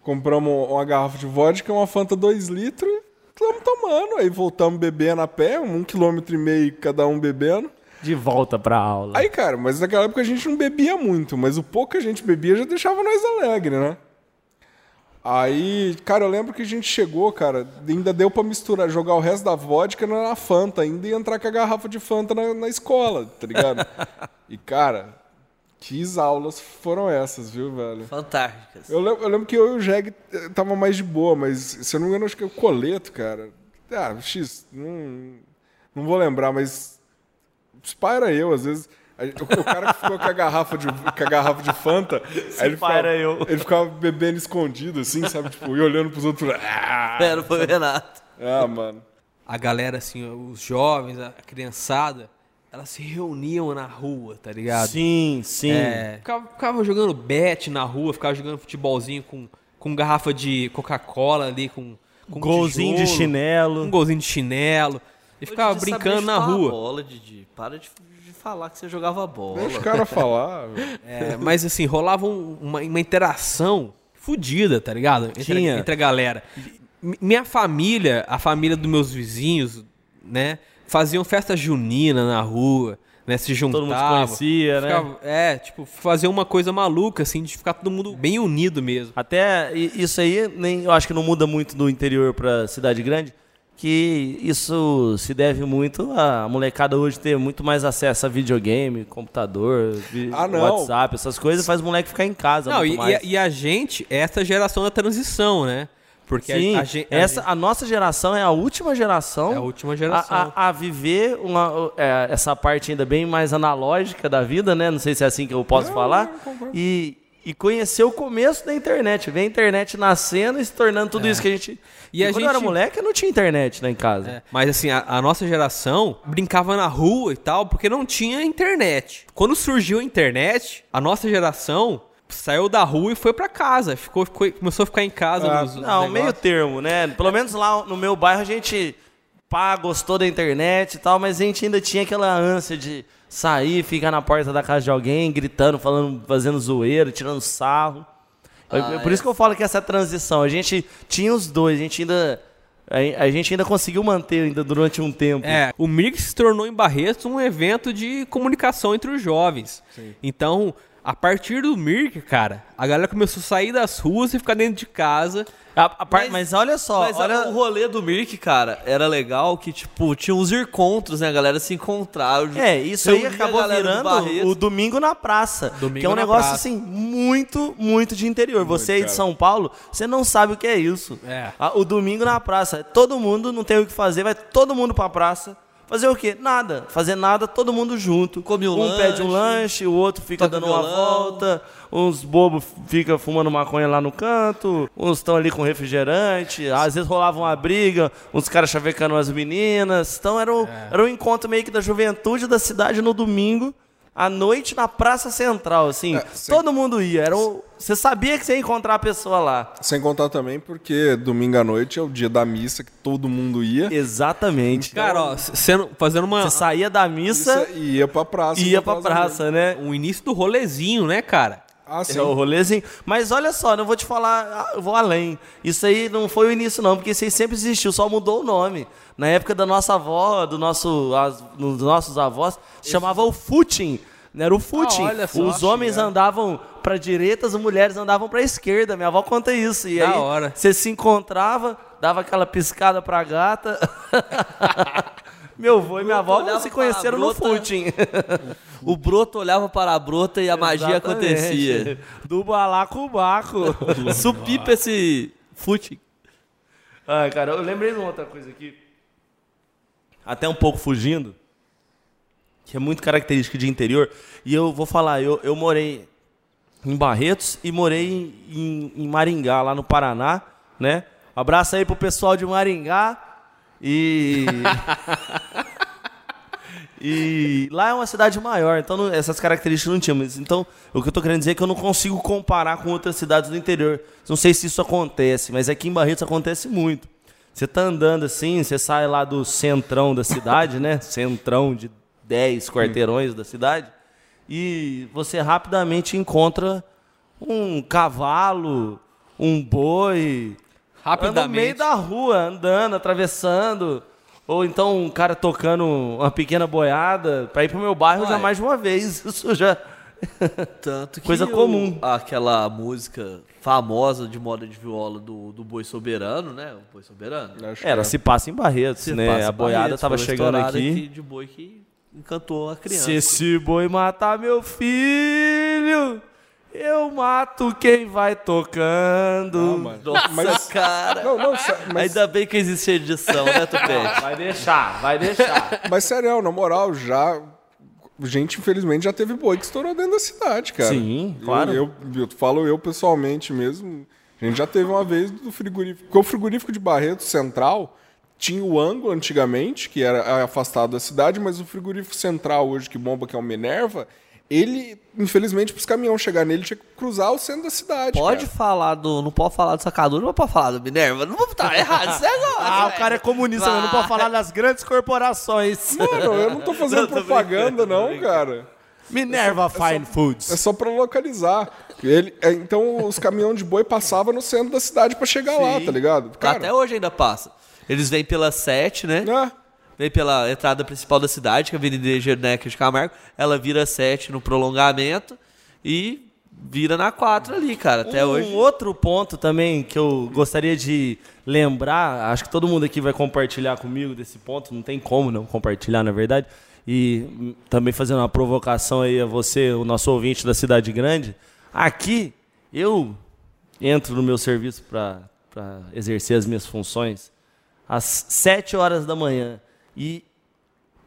Speaker 1: Compramos uma garrafa de vodka, uma Fanta 2 litros e estamos tomando. Aí voltamos bebendo a pé, um quilômetro e meio cada um bebendo.
Speaker 3: De volta pra aula.
Speaker 1: Aí, cara, mas naquela época a gente não bebia muito, mas o pouco que a gente bebia já deixava nós alegre, né? Aí, cara, eu lembro que a gente chegou, cara, ainda deu pra misturar, jogar o resto da vodka na na Fanta ainda e entrar com a garrafa de Fanta na, na escola, tá
Speaker 3: [laughs]
Speaker 1: ligado? e, cara, que aulas foram essas, viu, velho?
Speaker 2: Fantásticas.
Speaker 1: Eu lembro, eu lembro que eu e o Jeg eh, tava mais de boa, mas se eu não me engano, acho que é o Coleto, cara. Ah, X, não, não vou lembrar, mas. Se pá era eu, às vezes. Aí, O, o cara que ficou com a garrafa de, com a garrafa de Fanta. aí ele
Speaker 3: pá
Speaker 1: ficava,
Speaker 3: era eu.
Speaker 1: Ele ficava bebendo escondido, assim, sabe? Tipo, e olhando pros outros. Ah,
Speaker 2: Era, foi o Renato.
Speaker 1: ah mano.
Speaker 4: A galera, assim, os jovens, a criançada, elas se reuniam na rua, tá ligado?
Speaker 3: Sim, sim.
Speaker 4: É, ficava, ficava jogando bet na rua, ficava jogando futebolzinho com, com garrafa de Coca-Cola ali, com, com
Speaker 3: Golzinho de
Speaker 4: tijolo,
Speaker 3: chinelo.
Speaker 4: Um golzinho de chinelo. E ficava
Speaker 2: Didi, sabe
Speaker 4: brincando na
Speaker 2: onde tá a
Speaker 4: rua.
Speaker 2: Bola, Didi. Para de, de falar que você jogava bola.
Speaker 1: Deixa o cara falar. velho.
Speaker 4: É, mas assim, rolava um- uma, uma interação fodida, tá ligado? Entre,
Speaker 3: Tinha.
Speaker 4: entre a galera. Mi- minha família, a família dos meus vizinhos, né? Faziam festa junina na rua, né? Se juntavam.
Speaker 3: mundo se conhecia, né?
Speaker 4: ficava- É, tipo, fazer uma coisa maluca, assim, de ficar todo mundo bem unido mesmo.
Speaker 3: Até i- isso aí, nem, eu acho que não muda muito do interior pra cidade grande, que isso se deve muito à molecada hoje ter muito mais acesso a videogame, computador, vi-
Speaker 1: Ah, não.
Speaker 3: WhatsApp, essas coisas, faz o moleque ficar em casa
Speaker 4: Não,
Speaker 3: muito
Speaker 4: e, e a-
Speaker 3: mais.
Speaker 4: e a gente, é essa geração da transição, né? Porque a-
Speaker 3: Sim, é
Speaker 4: a, gente.
Speaker 3: essa, a nossa geração é a última geração,
Speaker 4: É a última geração.
Speaker 3: a, a- a viver uma- é, essa parte ainda bem mais analógica da vida, né? Não sei se é assim que eu posso falar. e, e conhecer o começo da internet, ver a internet nascendo e se tornando tudo isso que a gente.
Speaker 4: É. E a
Speaker 3: quando eu era
Speaker 4: gente-
Speaker 3: moleque, eu não tinha internet lá em casa.
Speaker 4: É, Mas assim, a, a nossa geração brincava na rua e tal, porque não tinha internet. Quando surgiu a internet, a nossa geração saiu da rua e foi pra casa. Ficou, ficou- começou a ficar em casa.
Speaker 1: Ah,
Speaker 4: nos- nos
Speaker 3: Não, meio
Speaker 4: negócios.
Speaker 3: termo, né? Pelo menos lá no meu bairro a gente pá, gostou da internet e tal, mas a gente ainda tinha aquela ânsia de sair, ficar na porta da casa de alguém, gritando, falando, fazendo zoeira, tirando sarro. É Por isso que eu falo que essa transição, a gente tinha os dois, a gente ainda A, a gente ainda conseguiu manter ainda durante um tempo.
Speaker 4: É, o Mix se tornou em Barretos um evento de comunicação entre os jovens. Então, a partir do Mirk, cara, a galera começou a sair das ruas e ficar dentro de casa.
Speaker 3: A- a par-
Speaker 4: Mas-
Speaker 3: mas, olha só,
Speaker 2: Mas é
Speaker 3: olha,
Speaker 2: o rolê do Mirk, cara, era legal que, tipo, tinha uns encontros, né? A galera se encontrava.
Speaker 3: É, isso aí
Speaker 2: reunia a
Speaker 3: acabou
Speaker 2: galera do
Speaker 3: virando
Speaker 2: Barreto.
Speaker 3: o Domingo na Praça.
Speaker 4: Domingo
Speaker 3: que é um
Speaker 4: na
Speaker 3: negócio,
Speaker 4: praça.
Speaker 3: assim, muito, muito de interior. você aí de
Speaker 1: cara.
Speaker 3: São Paulo, você não sabe o que é isso.
Speaker 4: É.
Speaker 3: Ah, O Domingo na Praça. Todo mundo não tem o que fazer, vai todo mundo pra praça. Fazer o quê? Nada. Fazer nada, todo mundo junto.
Speaker 2: Come um
Speaker 3: um pede um
Speaker 2: lanche,
Speaker 3: lanche, o outro fica
Speaker 2: toca
Speaker 3: tá dando uma
Speaker 2: violão.
Speaker 3: volta. Uns bobos fica fumando maconha lá no canto. Uns estão ali com refrigerante. Às vezes rolava uma briga. Uns caras chavecando as meninas. Então era um,
Speaker 1: É.
Speaker 3: era um encontro meio que da juventude da cidade no domingo. À noite na Praça Central, assim.
Speaker 1: É, sim.
Speaker 3: todo mundo ia. Era um- você sabia que você ia encontrar a pessoa lá.
Speaker 1: [laughs] Sem contar também porque domingo à noite é o dia da missa que todo mundo ia.
Speaker 3: Exatamente.
Speaker 4: Cara, ó, s- sendo, fazendo uma,
Speaker 3: Você saía da missa
Speaker 1: Isso, e ia pra praça.
Speaker 3: e ia pra
Speaker 1: encontrar os amigos.
Speaker 3: praça, né?
Speaker 4: um início do rolezinho, né, cara?
Speaker 1: Ah, sim.
Speaker 3: É o rolezinho. Mas olha só, não vou te falar, ah, eu vou além. Isso aí não foi o início, não, porque isso aí sempre existiu, só mudou o nome. Na época da nossa avó, do nosso, as- dos nossos avós, se chamava o footing. né? Era o footing.
Speaker 4: Ah, olha só,
Speaker 3: Os homens andavam pra direita, as mulheres andavam pra esquerda. Minha avó conta isso. E
Speaker 4: Da
Speaker 3: aí
Speaker 4: hora.
Speaker 3: você se encontrava, dava aquela piscada pra
Speaker 4: [laughs]
Speaker 3: gata. Meu avô e minha avó
Speaker 2: olhava
Speaker 3: se
Speaker 2: pra
Speaker 3: conheceram no
Speaker 2: brota.
Speaker 3: footing.
Speaker 2: [laughs] O broto olhava para a brota e a magia
Speaker 3: Exatamente.
Speaker 2: acontecia.
Speaker 3: Do
Speaker 4: [laughs]
Speaker 3: balacobaco.
Speaker 2: Supipa esse fute.
Speaker 3: Ah, cara, eu lembrei de uma outra coisa aqui. Até um pouco fugindo. Que é muito característico de interior. E eu vou falar, eu, eu morei em Barretos e morei em, em- em Maringá, lá no Paraná, né? Um abraço aí pro pessoal de Maringá. E. [laughs] e lá é uma cidade maior, então não- essas características não tinha. Mas, então, o que eu tô querendo dizer é que eu não consigo comparar com outras cidades do interior. Não sei se isso acontece, mas aqui em Barretos acontece muito. Você tá andando assim, você sai lá do centrão da cidade, né? Centrão de 10 quarteirões da cidade. E você rapidamente encontra um cavalo, um boi,
Speaker 4: Rapidamente.
Speaker 3: no meio da rua, andando, atravessando. Ou então um cara tocando uma pequena boiada. Pra ir pro meu bairro
Speaker 2: Ué.
Speaker 3: já mais de uma vez. [laughs] Isso já.
Speaker 2: Tanto que
Speaker 3: Coisa
Speaker 2: o-
Speaker 3: comum.
Speaker 2: aquela música famosa de moda de viola do, do Boi Soberano, né? O Boi Soberano.
Speaker 1: Acho que
Speaker 3: Era,
Speaker 1: é.
Speaker 3: se passa em Barretos,
Speaker 2: Você
Speaker 3: né?
Speaker 2: passa
Speaker 3: a boiada
Speaker 2: Barretos,
Speaker 3: tava
Speaker 2: foi uma
Speaker 3: chegando
Speaker 2: estourada
Speaker 3: aqui.
Speaker 2: que- De boi que encantou a criança.
Speaker 3: Se esse boi matar meu filho, eu mato quem vai tocando.
Speaker 1: Ah, mano.
Speaker 2: Nossa,
Speaker 1: Mas-
Speaker 2: cara.
Speaker 1: Não, não, sé- mas,
Speaker 2: Ainda bem que existe edição, né, Tupete?
Speaker 3: Vai deixar, vai deixar.
Speaker 1: mas sério, na moral, já. Gente, infelizmente, já teve boi que estourou dentro da cidade, cara.
Speaker 3: Sim,
Speaker 1: Eu-
Speaker 3: claro.
Speaker 1: Eu, eu falo eu pessoalmente mesmo. A gente já teve uma vez do frigorífico. Porque o frigorífico de Barreto Central tinha o ângulo antigamente, que era afastado da cidade, mas o frigorífico central hoje, que bomba, que é o Minerva, ele, infelizmente, para os caminhões chegar nele, tinha que cruzar o centro da cidade.
Speaker 2: Pode
Speaker 3: Tipo, é.
Speaker 1: cara.
Speaker 2: falar do. Não pode falar do sacadura, não pode falar do Minerva. Não vou tá errado. Isso é
Speaker 3: [laughs]
Speaker 2: agora.
Speaker 3: ah, o cara é comunista, mas não pode falar das grandes corporações.
Speaker 1: Mano, eu não tô fazendo propaganda, não, cara.
Speaker 3: Minerva Fine Foods.
Speaker 1: É só pra localizar. Ele, é, então os caminhões de boi passavam no centro da cidade pra chegar lá, tá ligado?
Speaker 2: Até hoje ainda passa. Eles vêm pela 7, né?
Speaker 1: né?
Speaker 2: Vem pela entrada principal da cidade, que é a Avenida Engenheiro de Camargo. Ela vira 7 no prolongamento e vira na 4 ali, cara. Até
Speaker 3: um
Speaker 2: hoje.
Speaker 3: outro ponto também que eu gostaria de lembrar, acho que todo mundo aqui vai compartilhar comigo desse ponto, não tem como não compartilhar, na verdade. E hum, também fazendo uma provocação aí a você, o nosso ouvinte da cidade grande. Aqui eu entro no meu serviço para exercer as minhas funções às 7 horas da manhã e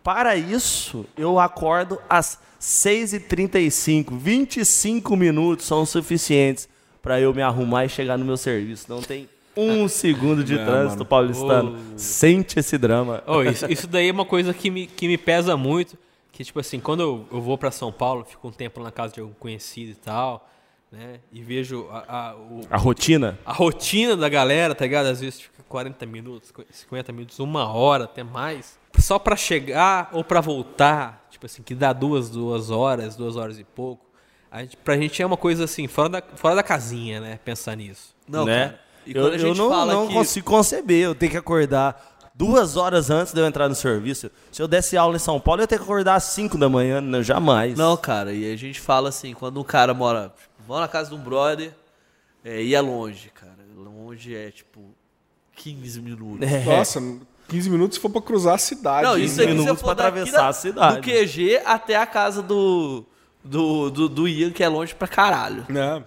Speaker 3: para isso, eu acordo às 6h35. 25 minutos são suficientes para eu me arrumar e chegar no meu serviço. Não tem um segundo de trânsito paulistano. Sente esse drama.
Speaker 4: Ô, isso, isso daí é uma coisa que me, que me pesa muito. Que, tipo assim, quando eu, eu vou pra São Paulo, fico um tempo na casa de algum conhecido e tal, né? E vejo a, a, o-
Speaker 3: A rotina?
Speaker 4: a rotina da galera, tá ligado? Às vezes fica 40 minutos, 50 minutos, uma hora, até mais. Só pra chegar ou pra voltar, tipo assim, que dá duas, duas horas, duas horas e pouco. A gente, pra gente é uma coisa assim, fora da, fora da casinha, né? Pensar nisso.
Speaker 2: Não,
Speaker 3: né?
Speaker 2: cara. E
Speaker 3: Eu,
Speaker 2: quando a
Speaker 3: eu
Speaker 2: gente
Speaker 3: não,
Speaker 2: fala
Speaker 3: não
Speaker 2: que
Speaker 3: consigo conceber, eu tenho que acordar duas horas antes de eu entrar no serviço. Se eu desse aula em São Paulo, eu ia ter que acordar às 5 da manhã, não, jamais.
Speaker 2: Não, cara, e a gente fala assim, quando um cara mora, tipo, mora na casa de um brother, é, e é longe, cara. Longe é tipo 15
Speaker 3: [laughs]
Speaker 2: minutos.
Speaker 3: É.
Speaker 1: Nossa, 15 minutos se for pra cruzar a cidade.
Speaker 2: Não,
Speaker 1: hein,
Speaker 2: isso
Speaker 1: né?
Speaker 2: aqui você
Speaker 3: minutos
Speaker 2: for daqui
Speaker 3: pra atravessar
Speaker 2: da-
Speaker 3: a cidade.
Speaker 2: do QG até a casa do, do, do, do Ian, que é longe pra caralho.
Speaker 1: Né?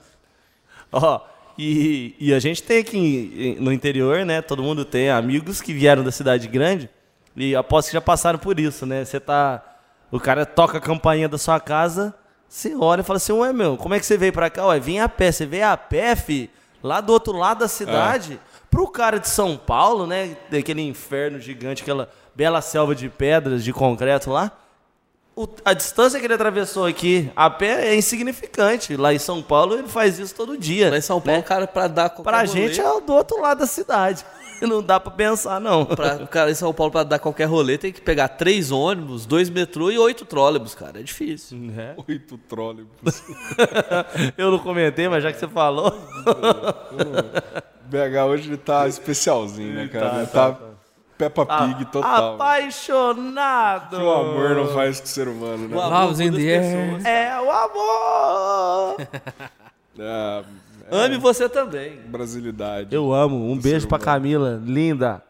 Speaker 3: Ó, e, e a gente tem aqui em- em- no interior, né? Todo mundo tem amigos que vieram da cidade grande e aposto que já passaram por isso, né? Você tá. O cara toca a campainha da sua casa, você olha e fala assim: Ué, meu, como é que você veio pra cá? Ué, vim a pé. Você veio a pé, fi, lá do outro lado da cidade.
Speaker 2: É.
Speaker 3: Pro cara de São Paulo, né? Daquele inferno gigante, aquela bela selva de pedras, de concreto lá. O- a distância que ele atravessou aqui a pé é insignificante. Lá em São Paulo ele faz isso todo dia.
Speaker 2: Lá em São Paulo, o cara, pra dar qualquer
Speaker 3: Né? Pra
Speaker 2: rolê,
Speaker 3: gente é o do outro lado da cidade. [laughs] Não dá pra pensar, não.
Speaker 2: pra- o cara em São Paulo, pra dar qualquer rolê, tem que pegar três ônibus, dois metrô e oito trólebus, cara. É difícil.
Speaker 3: É.
Speaker 1: Oito trólebus.
Speaker 3: Eu não comentei, mas já que você falou.
Speaker 1: BH hoje ele tá especialzinho, né, cara? Ele tá, Peppa Pig total.
Speaker 3: Apaixonado!
Speaker 1: O amor não faz com o ser humano, né?
Speaker 4: Loves in the air.
Speaker 3: É o amor!
Speaker 1: Ah,
Speaker 2: Ame você também.
Speaker 1: brasilidade.
Speaker 3: Eu amo. Um beijo pra Camila, linda.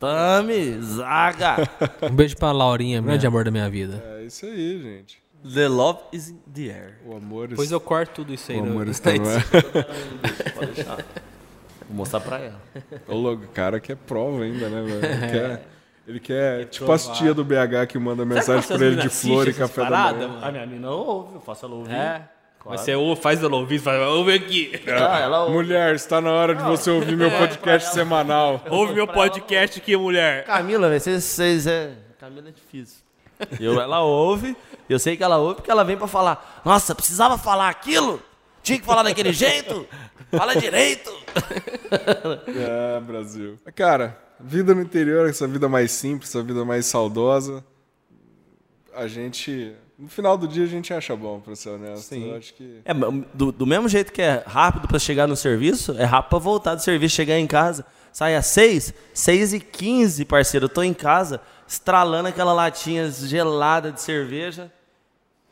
Speaker 3: Tami, Zaga.
Speaker 4: Um beijo pra Laurinha, grande amor da minha vida.
Speaker 1: É isso aí, gente.
Speaker 2: The love is in the air.
Speaker 1: O amor
Speaker 4: Depois eu corto tudo isso aí.
Speaker 1: o
Speaker 4: no- [laughs]
Speaker 1: amor está no ar.
Speaker 3: Vou mostrar pra ela.
Speaker 1: O logo, cara quer prova ainda, né, velho? Ele quer, ele quer tipo as tia do BH que manda mensagem pra ele de flor e café da manhã.
Speaker 3: A minha mina ouve, eu faço ela ouvir.
Speaker 4: É. Mas você ou faz ela ouvir, faz, ouve aqui.
Speaker 3: Ah, ela ouve.
Speaker 1: Mulher, está na hora de você ouvir meu podcast semanal.
Speaker 4: [laughs] Ouve meu podcast aqui, mulher.
Speaker 3: Camila, velho, vocês, vocês é. Camila é difícil. Eu, ela ouve, eu sei que ela ouve porque ela vem pra falar. Nossa, precisava falar aquilo? Tinha que falar daquele jeito? Fala direito!
Speaker 1: É, Brasil. Cara, vida no interior, essa vida mais simples, essa vida mais saudosa, a gente... No final do dia a gente acha bom, pra ser honesto. Eu acho que...
Speaker 3: É, mas do, do mesmo jeito que é rápido pra chegar no serviço, é rápido pra voltar do serviço, chegar em casa. Sai às 6, 6 e 15, parceiro. Eu tô em casa, estralando aquela latinha gelada de cerveja,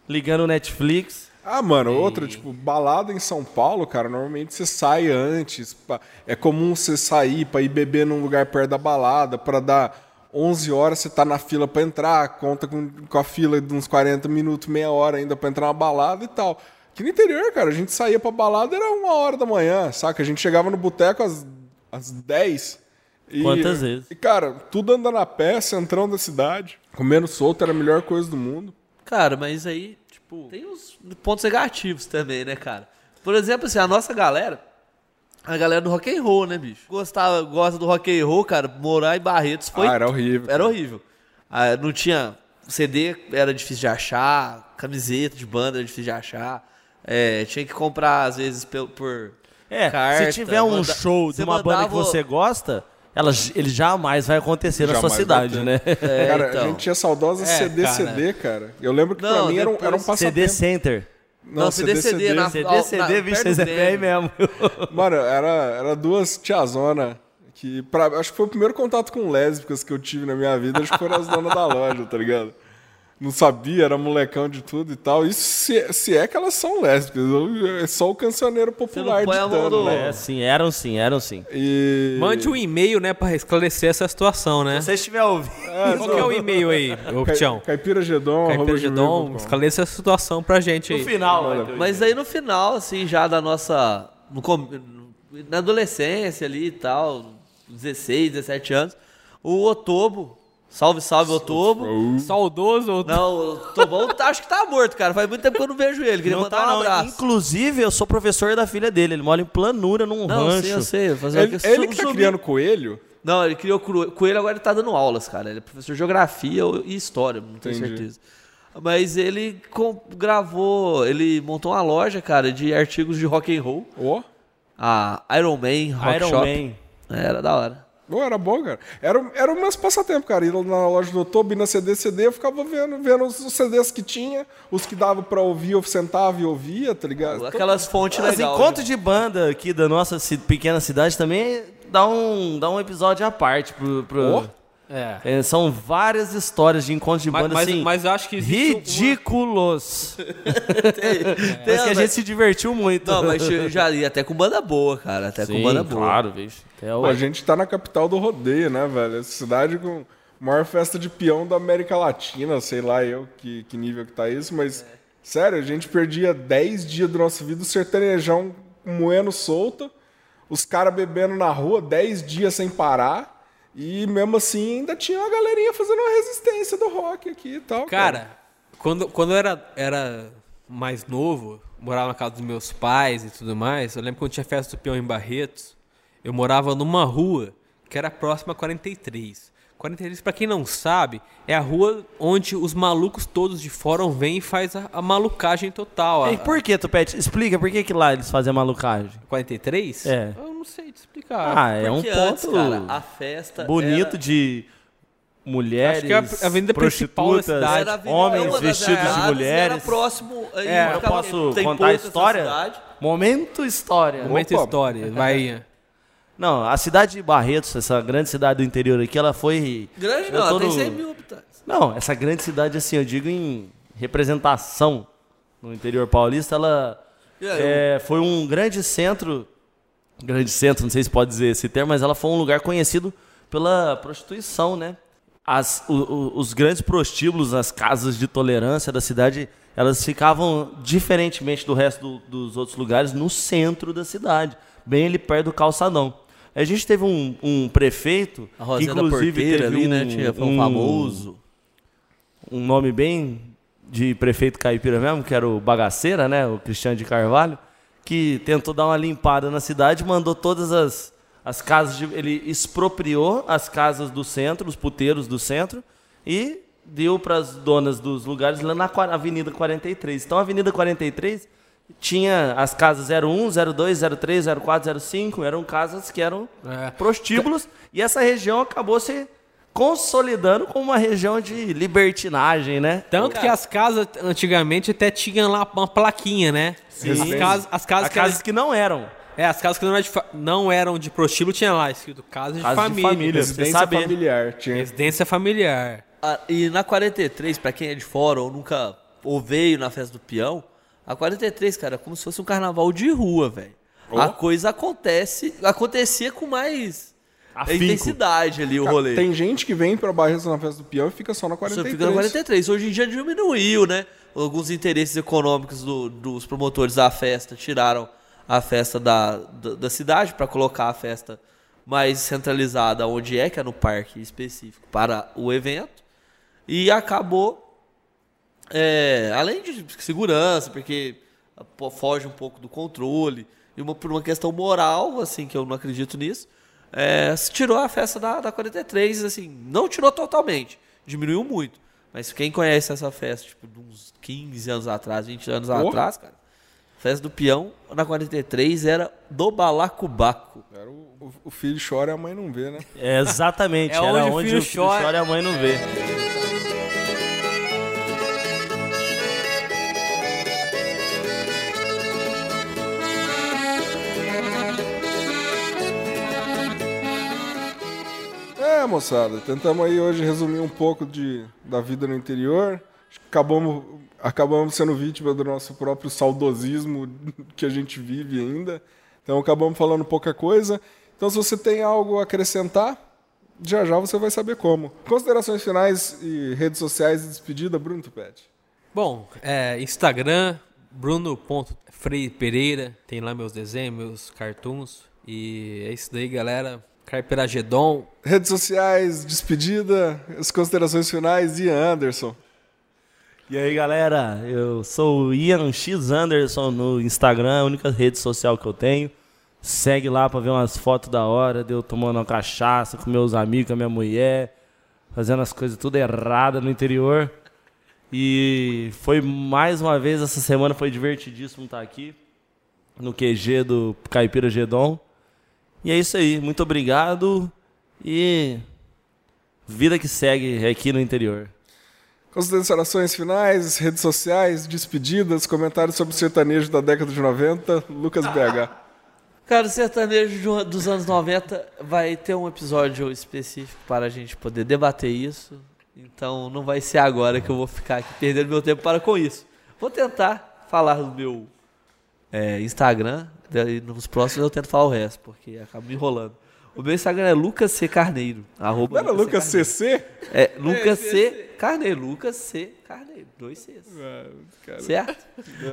Speaker 3: ligando o Netflix.
Speaker 1: Ah, mano, outra, tipo, balada em São Paulo, cara, normalmente você sai antes. pá. É comum você sair pra ir beber num lugar perto da balada, pra dar 11 horas você tá na fila pra entrar, conta com, com a fila de uns 40 minutos, meia hora ainda pra entrar na balada e tal. Que no interior, cara, a gente saía pra balada, era uma hora da manhã, saca? A gente chegava no boteco às, às 10. E,
Speaker 3: Quantas vezes?
Speaker 1: E, cara, tudo andando a pé, centrão da cidade, comendo solto era a melhor coisa do mundo.
Speaker 2: Cara, mas aí, tipo, tem uns pontos negativos também, né, cara? Por exemplo, assim, a nossa galera, a galera do rock and roll, né, bicho? Gostava, gosta do rock and roll, cara, morar em Barretos foi
Speaker 1: Ah, era horrível.
Speaker 2: era horrível. Ah, não tinha CD, era difícil de achar, camiseta de banda era difícil de achar. É, tinha que comprar às vezes pel- por,
Speaker 3: É,
Speaker 2: Carta,
Speaker 3: se tiver um
Speaker 2: manda-
Speaker 3: show de
Speaker 2: você
Speaker 3: uma banda que
Speaker 2: mandava-
Speaker 3: você gosta, ela, j- ele jamais vai acontecer na
Speaker 1: Jamais
Speaker 3: sua
Speaker 1: vai
Speaker 3: cidade,
Speaker 1: ter.
Speaker 3: né?
Speaker 2: [laughs] É,
Speaker 1: cara,
Speaker 2: então.
Speaker 1: a gente tinha saudosa CD, CD, cara. Eu lembro que pra
Speaker 2: Não,
Speaker 1: mim era um,
Speaker 2: depois-
Speaker 1: era um passatempo.
Speaker 3: CD Center.
Speaker 2: Não, CD, na-
Speaker 3: CD,
Speaker 2: Ó,
Speaker 3: CD,
Speaker 2: na-
Speaker 3: bicho,
Speaker 2: perto do
Speaker 3: vocês é bem
Speaker 2: Grêmio.
Speaker 3: mesmo. [laughs]
Speaker 1: Mano, era, era duas tiazona que... pra- acho que foi o primeiro contato com lésbicas que eu tive na minha vida. Acho que foram as donas da loja, tá ligado? Não sabia, era molecão de tudo e tal. Isso se, se é que elas são lésbicas. eu- É só o cancioneiro popular
Speaker 2: põe a mão
Speaker 1: ditando,
Speaker 2: do-
Speaker 1: né?
Speaker 3: É, sim, eram sim, eram sim.
Speaker 1: E...
Speaker 4: Mande um e-mail, né, pra esclarecer essa situação, né?
Speaker 3: Se você estiver ouvindo,
Speaker 4: Qual que é o e-mail aí, ô Tião?
Speaker 1: Caipira Gedon.
Speaker 3: um
Speaker 4: Caipira de Dom, um? esclareça essa situação pra gente
Speaker 3: no
Speaker 4: aí.
Speaker 3: final, mas
Speaker 2: Mas aí no final, assim, já da nossa. no com- na adolescência ali e tal, 16, 17 anos, o Otobo. Salve, salve, Otobo.
Speaker 4: Saudoso ou
Speaker 2: Não, o Tobão tá- acho que tá morto, cara. Faz muito tempo que eu não vejo ele. Queria
Speaker 3: não
Speaker 2: mandar um
Speaker 3: tá não.
Speaker 2: abraço.
Speaker 3: Inclusive, eu sou professor da filha dele. Ele mora em Planura, num
Speaker 2: Não, eu
Speaker 3: um rancho.
Speaker 2: sei, eu sei. Fazer
Speaker 1: Ele,
Speaker 2: o quê?
Speaker 1: ele que tá
Speaker 2: Sumi-
Speaker 1: criando coelho?
Speaker 2: Não, ele criou cru- coelho, agora ele tá dando aulas, cara. Ele é professor de geografia e história, não tenho
Speaker 1: Entendi.
Speaker 2: certeza. Mas ele com- gravou, ele montou uma loja, cara, de artigos de rock and roll.
Speaker 1: Ó.
Speaker 2: A Iron Man Rock
Speaker 3: Iron
Speaker 2: Shop. É,
Speaker 3: Man.
Speaker 2: Era da hora.
Speaker 1: Não, era bom, cara. Era, era o meus passatempo, cara. Ir na loja do Tobi, na CD, CD, eu ficava vendo, vendo os os CDs que tinha, os que dava pra ouvir, eu sentava e ouvia, tá ligado?
Speaker 2: Aquelas fontes
Speaker 3: Os
Speaker 2: legais.
Speaker 3: encontros de banda aqui da nossa ci- pequena cidade também dá um, dá um episódio à parte. Pro, pro-
Speaker 4: É.
Speaker 3: É, são várias histórias de encontros de
Speaker 4: Mas,
Speaker 3: banda
Speaker 4: mas,
Speaker 3: assim,
Speaker 4: mas eu acho que existe um- uma-
Speaker 2: [laughs]
Speaker 3: ridículos.
Speaker 2: de...
Speaker 3: Mas que a gente se divertiu muito.
Speaker 2: né? Não, mas eu já ia até com banda boa, cara. Até com
Speaker 3: Sim,
Speaker 2: banda boa.
Speaker 3: claro, bicho. Até
Speaker 1: Pô, a gente tá na capital do rodeio, né, velho? Essa cidade com a maior festa de peão da América Latina, sei lá eu que, que nível que tá isso, mas sério, a gente perdia 10 dias da nossa vida, o sertanejão moendo solta, os caras bebendo na rua 10 dias sem parar. E mesmo assim, ainda tinha uma galerinha fazendo uma resistência do rock aqui e tal.
Speaker 4: Cara, quando, quando eu era, era mais novo, morava na casa dos meus pais e tudo mais, eu lembro quando tinha festa do peão em Barretos, eu morava numa rua que era próxima a 43. 43, pra quem não sabe, é a rua onde os malucos todos de fórum vêm e faz a, a malucagem total. A,
Speaker 3: É, E por que, Tupete? Explica por que, que lá eles fazem a malucagem.
Speaker 4: a 43?
Speaker 3: É.
Speaker 4: Eu não sei te explicar.
Speaker 3: Ah, é um
Speaker 2: Porque
Speaker 3: ponto
Speaker 2: antes, cara, a festa
Speaker 3: bonito
Speaker 2: era...
Speaker 3: de mulheres,
Speaker 4: Acho que é a avenida principal da
Speaker 3: prostitutas,
Speaker 4: cidade.
Speaker 2: Era a avenida- é
Speaker 3: homens
Speaker 2: uma das
Speaker 3: vestidos de
Speaker 2: erradas, Era
Speaker 3: mulheres.
Speaker 2: próximo. aí
Speaker 3: É, eu
Speaker 2: ficava-
Speaker 3: posso
Speaker 2: tem
Speaker 3: contar a
Speaker 2: poucas na
Speaker 3: história?
Speaker 2: cidade.
Speaker 3: Momento história.
Speaker 4: Momento
Speaker 1: Opa.
Speaker 4: história,
Speaker 3: [laughs]
Speaker 4: vai.
Speaker 3: Não, a cidade de Barretos, essa grande cidade do interior aqui, ela foi...
Speaker 2: Grande
Speaker 3: eu
Speaker 2: não, ela
Speaker 3: tô
Speaker 2: tem
Speaker 3: no-
Speaker 2: 100 mil habitantes.
Speaker 3: Não, essa grande cidade, assim, eu digo em representação no interior paulista, ela
Speaker 2: E aí,
Speaker 3: é, foi um grande centro, grande centro, não sei se pode dizer esse termo, mas ela foi um lugar conhecido pela prostituição, né? As- o- o- os grandes prostíbulos, as casas de tolerância da cidade, elas ficavam, diferentemente do resto do- dos outros lugares, no centro da cidade, bem ali perto do calçadão. A gente teve um, um prefeito,
Speaker 2: A
Speaker 3: que
Speaker 2: Rosinha da
Speaker 3: inclusive
Speaker 2: Porteira
Speaker 3: teve
Speaker 2: ali,
Speaker 3: um,
Speaker 2: né? Tinha, foi um
Speaker 3: um-
Speaker 2: famoso.
Speaker 3: um nome bem de prefeito caipira mesmo, que era o Bagaceira, né? O Cristiano de Carvalho, que tentou dar uma limpada na cidade, mandou todas as, as casas. De, ele expropriou as casas do centro, os puteiros do centro, e deu para as donas dos lugares lá na qua- Avenida 43. Então a Avenida 43 tinha as casas 01, 02, 03, 04, 05, eram casas que eram
Speaker 4: É.
Speaker 3: prostíbulos, e essa região acabou se consolidando como uma região de libertinagem, né?
Speaker 4: Tanto que as casas antigamente até tinham lá uma plaquinha, né? As casas, as casas
Speaker 3: As
Speaker 4: que eram-
Speaker 3: casas que não eram.
Speaker 4: é, as casas que não eram de, fa- não eram de prostíbulo tinha lá escrito casa de
Speaker 3: Casa de
Speaker 4: família.
Speaker 3: família. você
Speaker 1: residência
Speaker 3: sabe-
Speaker 1: familiar. Tinha
Speaker 4: Residência familiar.
Speaker 2: Ah, e na 43, pra quem é de fora ou nunca ou veio na festa do peão, a 43, cara, é como se fosse um carnaval de rua, velho. A coisa acontece, acontecia com mais
Speaker 3: Afinco.
Speaker 2: intensidade ali o
Speaker 1: Cara,
Speaker 2: rolê.
Speaker 1: Tem gente que vem pra Barretos na festa do peão e fica só na
Speaker 2: Você
Speaker 1: 43.
Speaker 2: fica na 43. Hoje em dia diminuiu, né? Alguns interesses econômicos do- dos promotores da festa tiraram a festa da, da, da cidade para colocar a festa mais centralizada onde é, que é no parque específico para o evento. E acabou, é, além de segurança, porque po- foge um pouco do controle, e uma, por uma questão moral, assim, que eu não acredito nisso, é, se tirou a festa da, da 43, assim, não tirou totalmente, diminuiu muito. Mas quem conhece essa festa, tipo, de uns 15 anos atrás, 20 anos
Speaker 1: Porra.
Speaker 2: atrás, cara, festa do peão na 43 era do balacobaco.
Speaker 1: Era o, o- o filho chora e a mãe não vê, né?
Speaker 3: É, exatamente,
Speaker 4: É
Speaker 3: era
Speaker 4: onde o
Speaker 3: onde
Speaker 4: filho
Speaker 3: o filho
Speaker 4: chora.
Speaker 3: chora e a mãe não vê.
Speaker 1: É, moçada, tentamos aí hoje resumir um pouco de, da vida no interior. Acho que Acabamos, acabamos sendo vítima do nosso próprio saudosismo que a gente vive ainda. Então acabamos falando pouca coisa. Então se você tem algo a acrescentar, já já você vai saber como. Considerações finais e redes sociais e despedida, Bruno Tupete.
Speaker 4: Bom, é, Instagram, bruno.freipereira, tem lá meus desenhos, meus cartoons. E é isso daí, galera. Carperagedon.
Speaker 1: Redes sociais, despedida, as considerações finais, Ian Anderson.
Speaker 3: E aí, galera, eu sou o Ian X Anderson no Instagram, é a única rede social que eu tenho. Segue lá pra ver umas fotos da hora, de eu tomando uma cachaça com meus amigos, com a minha mulher, fazendo as coisas tudo errada no interior. E foi mais uma vez essa semana, foi divertidíssimo estar aqui no QG do Caipira Gedon. E é isso aí, muito obrigado. E vida que segue aqui no interior.
Speaker 1: Considerações finais, redes sociais, despedidas, comentários sobre o sertanejo da década de 90, Lucas BH.
Speaker 2: Cara, o sertanejo de um- dos anos 90 vai ter um episódio específico para a gente poder debater isso. Então não vai ser agora que eu vou ficar aqui perdendo meu tempo para com isso. Vou tentar falar do meu é, Instagram. Daí nos próximos eu tento falar o resto, porque acaba me enrolando. O meu Instagram é Lucas C. Carneiro. Arroba
Speaker 1: Não era Lucas CC?
Speaker 2: Carneiro. É Lucas C. Carneiro. Lucas C. Carneiro. Dois Cs. Certo?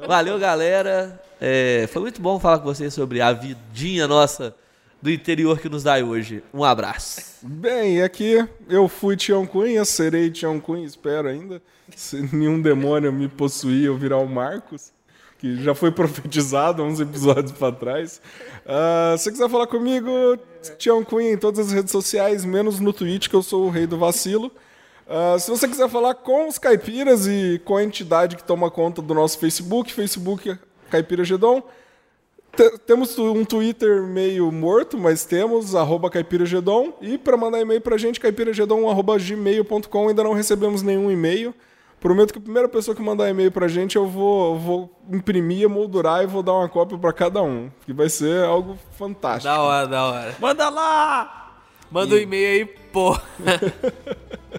Speaker 2: Valeu, galera. É, foi muito bom falar com vocês sobre a vidinha nossa do interior que nos dá hoje. Um abraço.
Speaker 1: Bem, e aqui eu fui Tião Cunha, serei Tião Cunha, espero ainda. Se nenhum demônio me possuir, eu virar o Marcos, que já foi profetizado há uns episódios pra trás. Ah, se quiser falar comigo, Tião Cunha em todas as redes sociais, menos no Twitch, que eu sou o rei do vacilo. Ah, se você quiser falar com os caipiras e com a entidade que toma conta do nosso Facebook, Facebook Caipira Gedon, T- Temos tu- um Twitter meio morto, mas temos, arroba caipiragedon. E para mandar e-mail pra gente, caipiragedon.gmail.com. Ainda não recebemos nenhum e-mail. Prometo que a primeira pessoa que mandar e-mail pra gente, eu vou, eu vou imprimir, moldurar e vou dar uma cópia pra cada um. Que vai ser algo fantástico.
Speaker 7: Da hora, da hora.
Speaker 3: Manda lá!
Speaker 7: Manda um e-mail aí,
Speaker 4: [laughs]
Speaker 7: pô.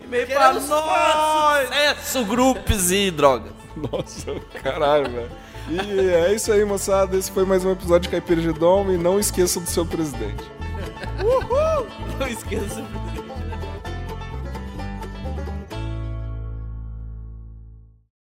Speaker 3: E-mail pra nós!
Speaker 2: Sucesso, grupos e drogas.
Speaker 1: Nossa, caralho, velho. E é isso aí, moçada. Esse foi mais um episódio de Caipira de Dom. E não esqueça do seu presidente.
Speaker 7: Não esqueça.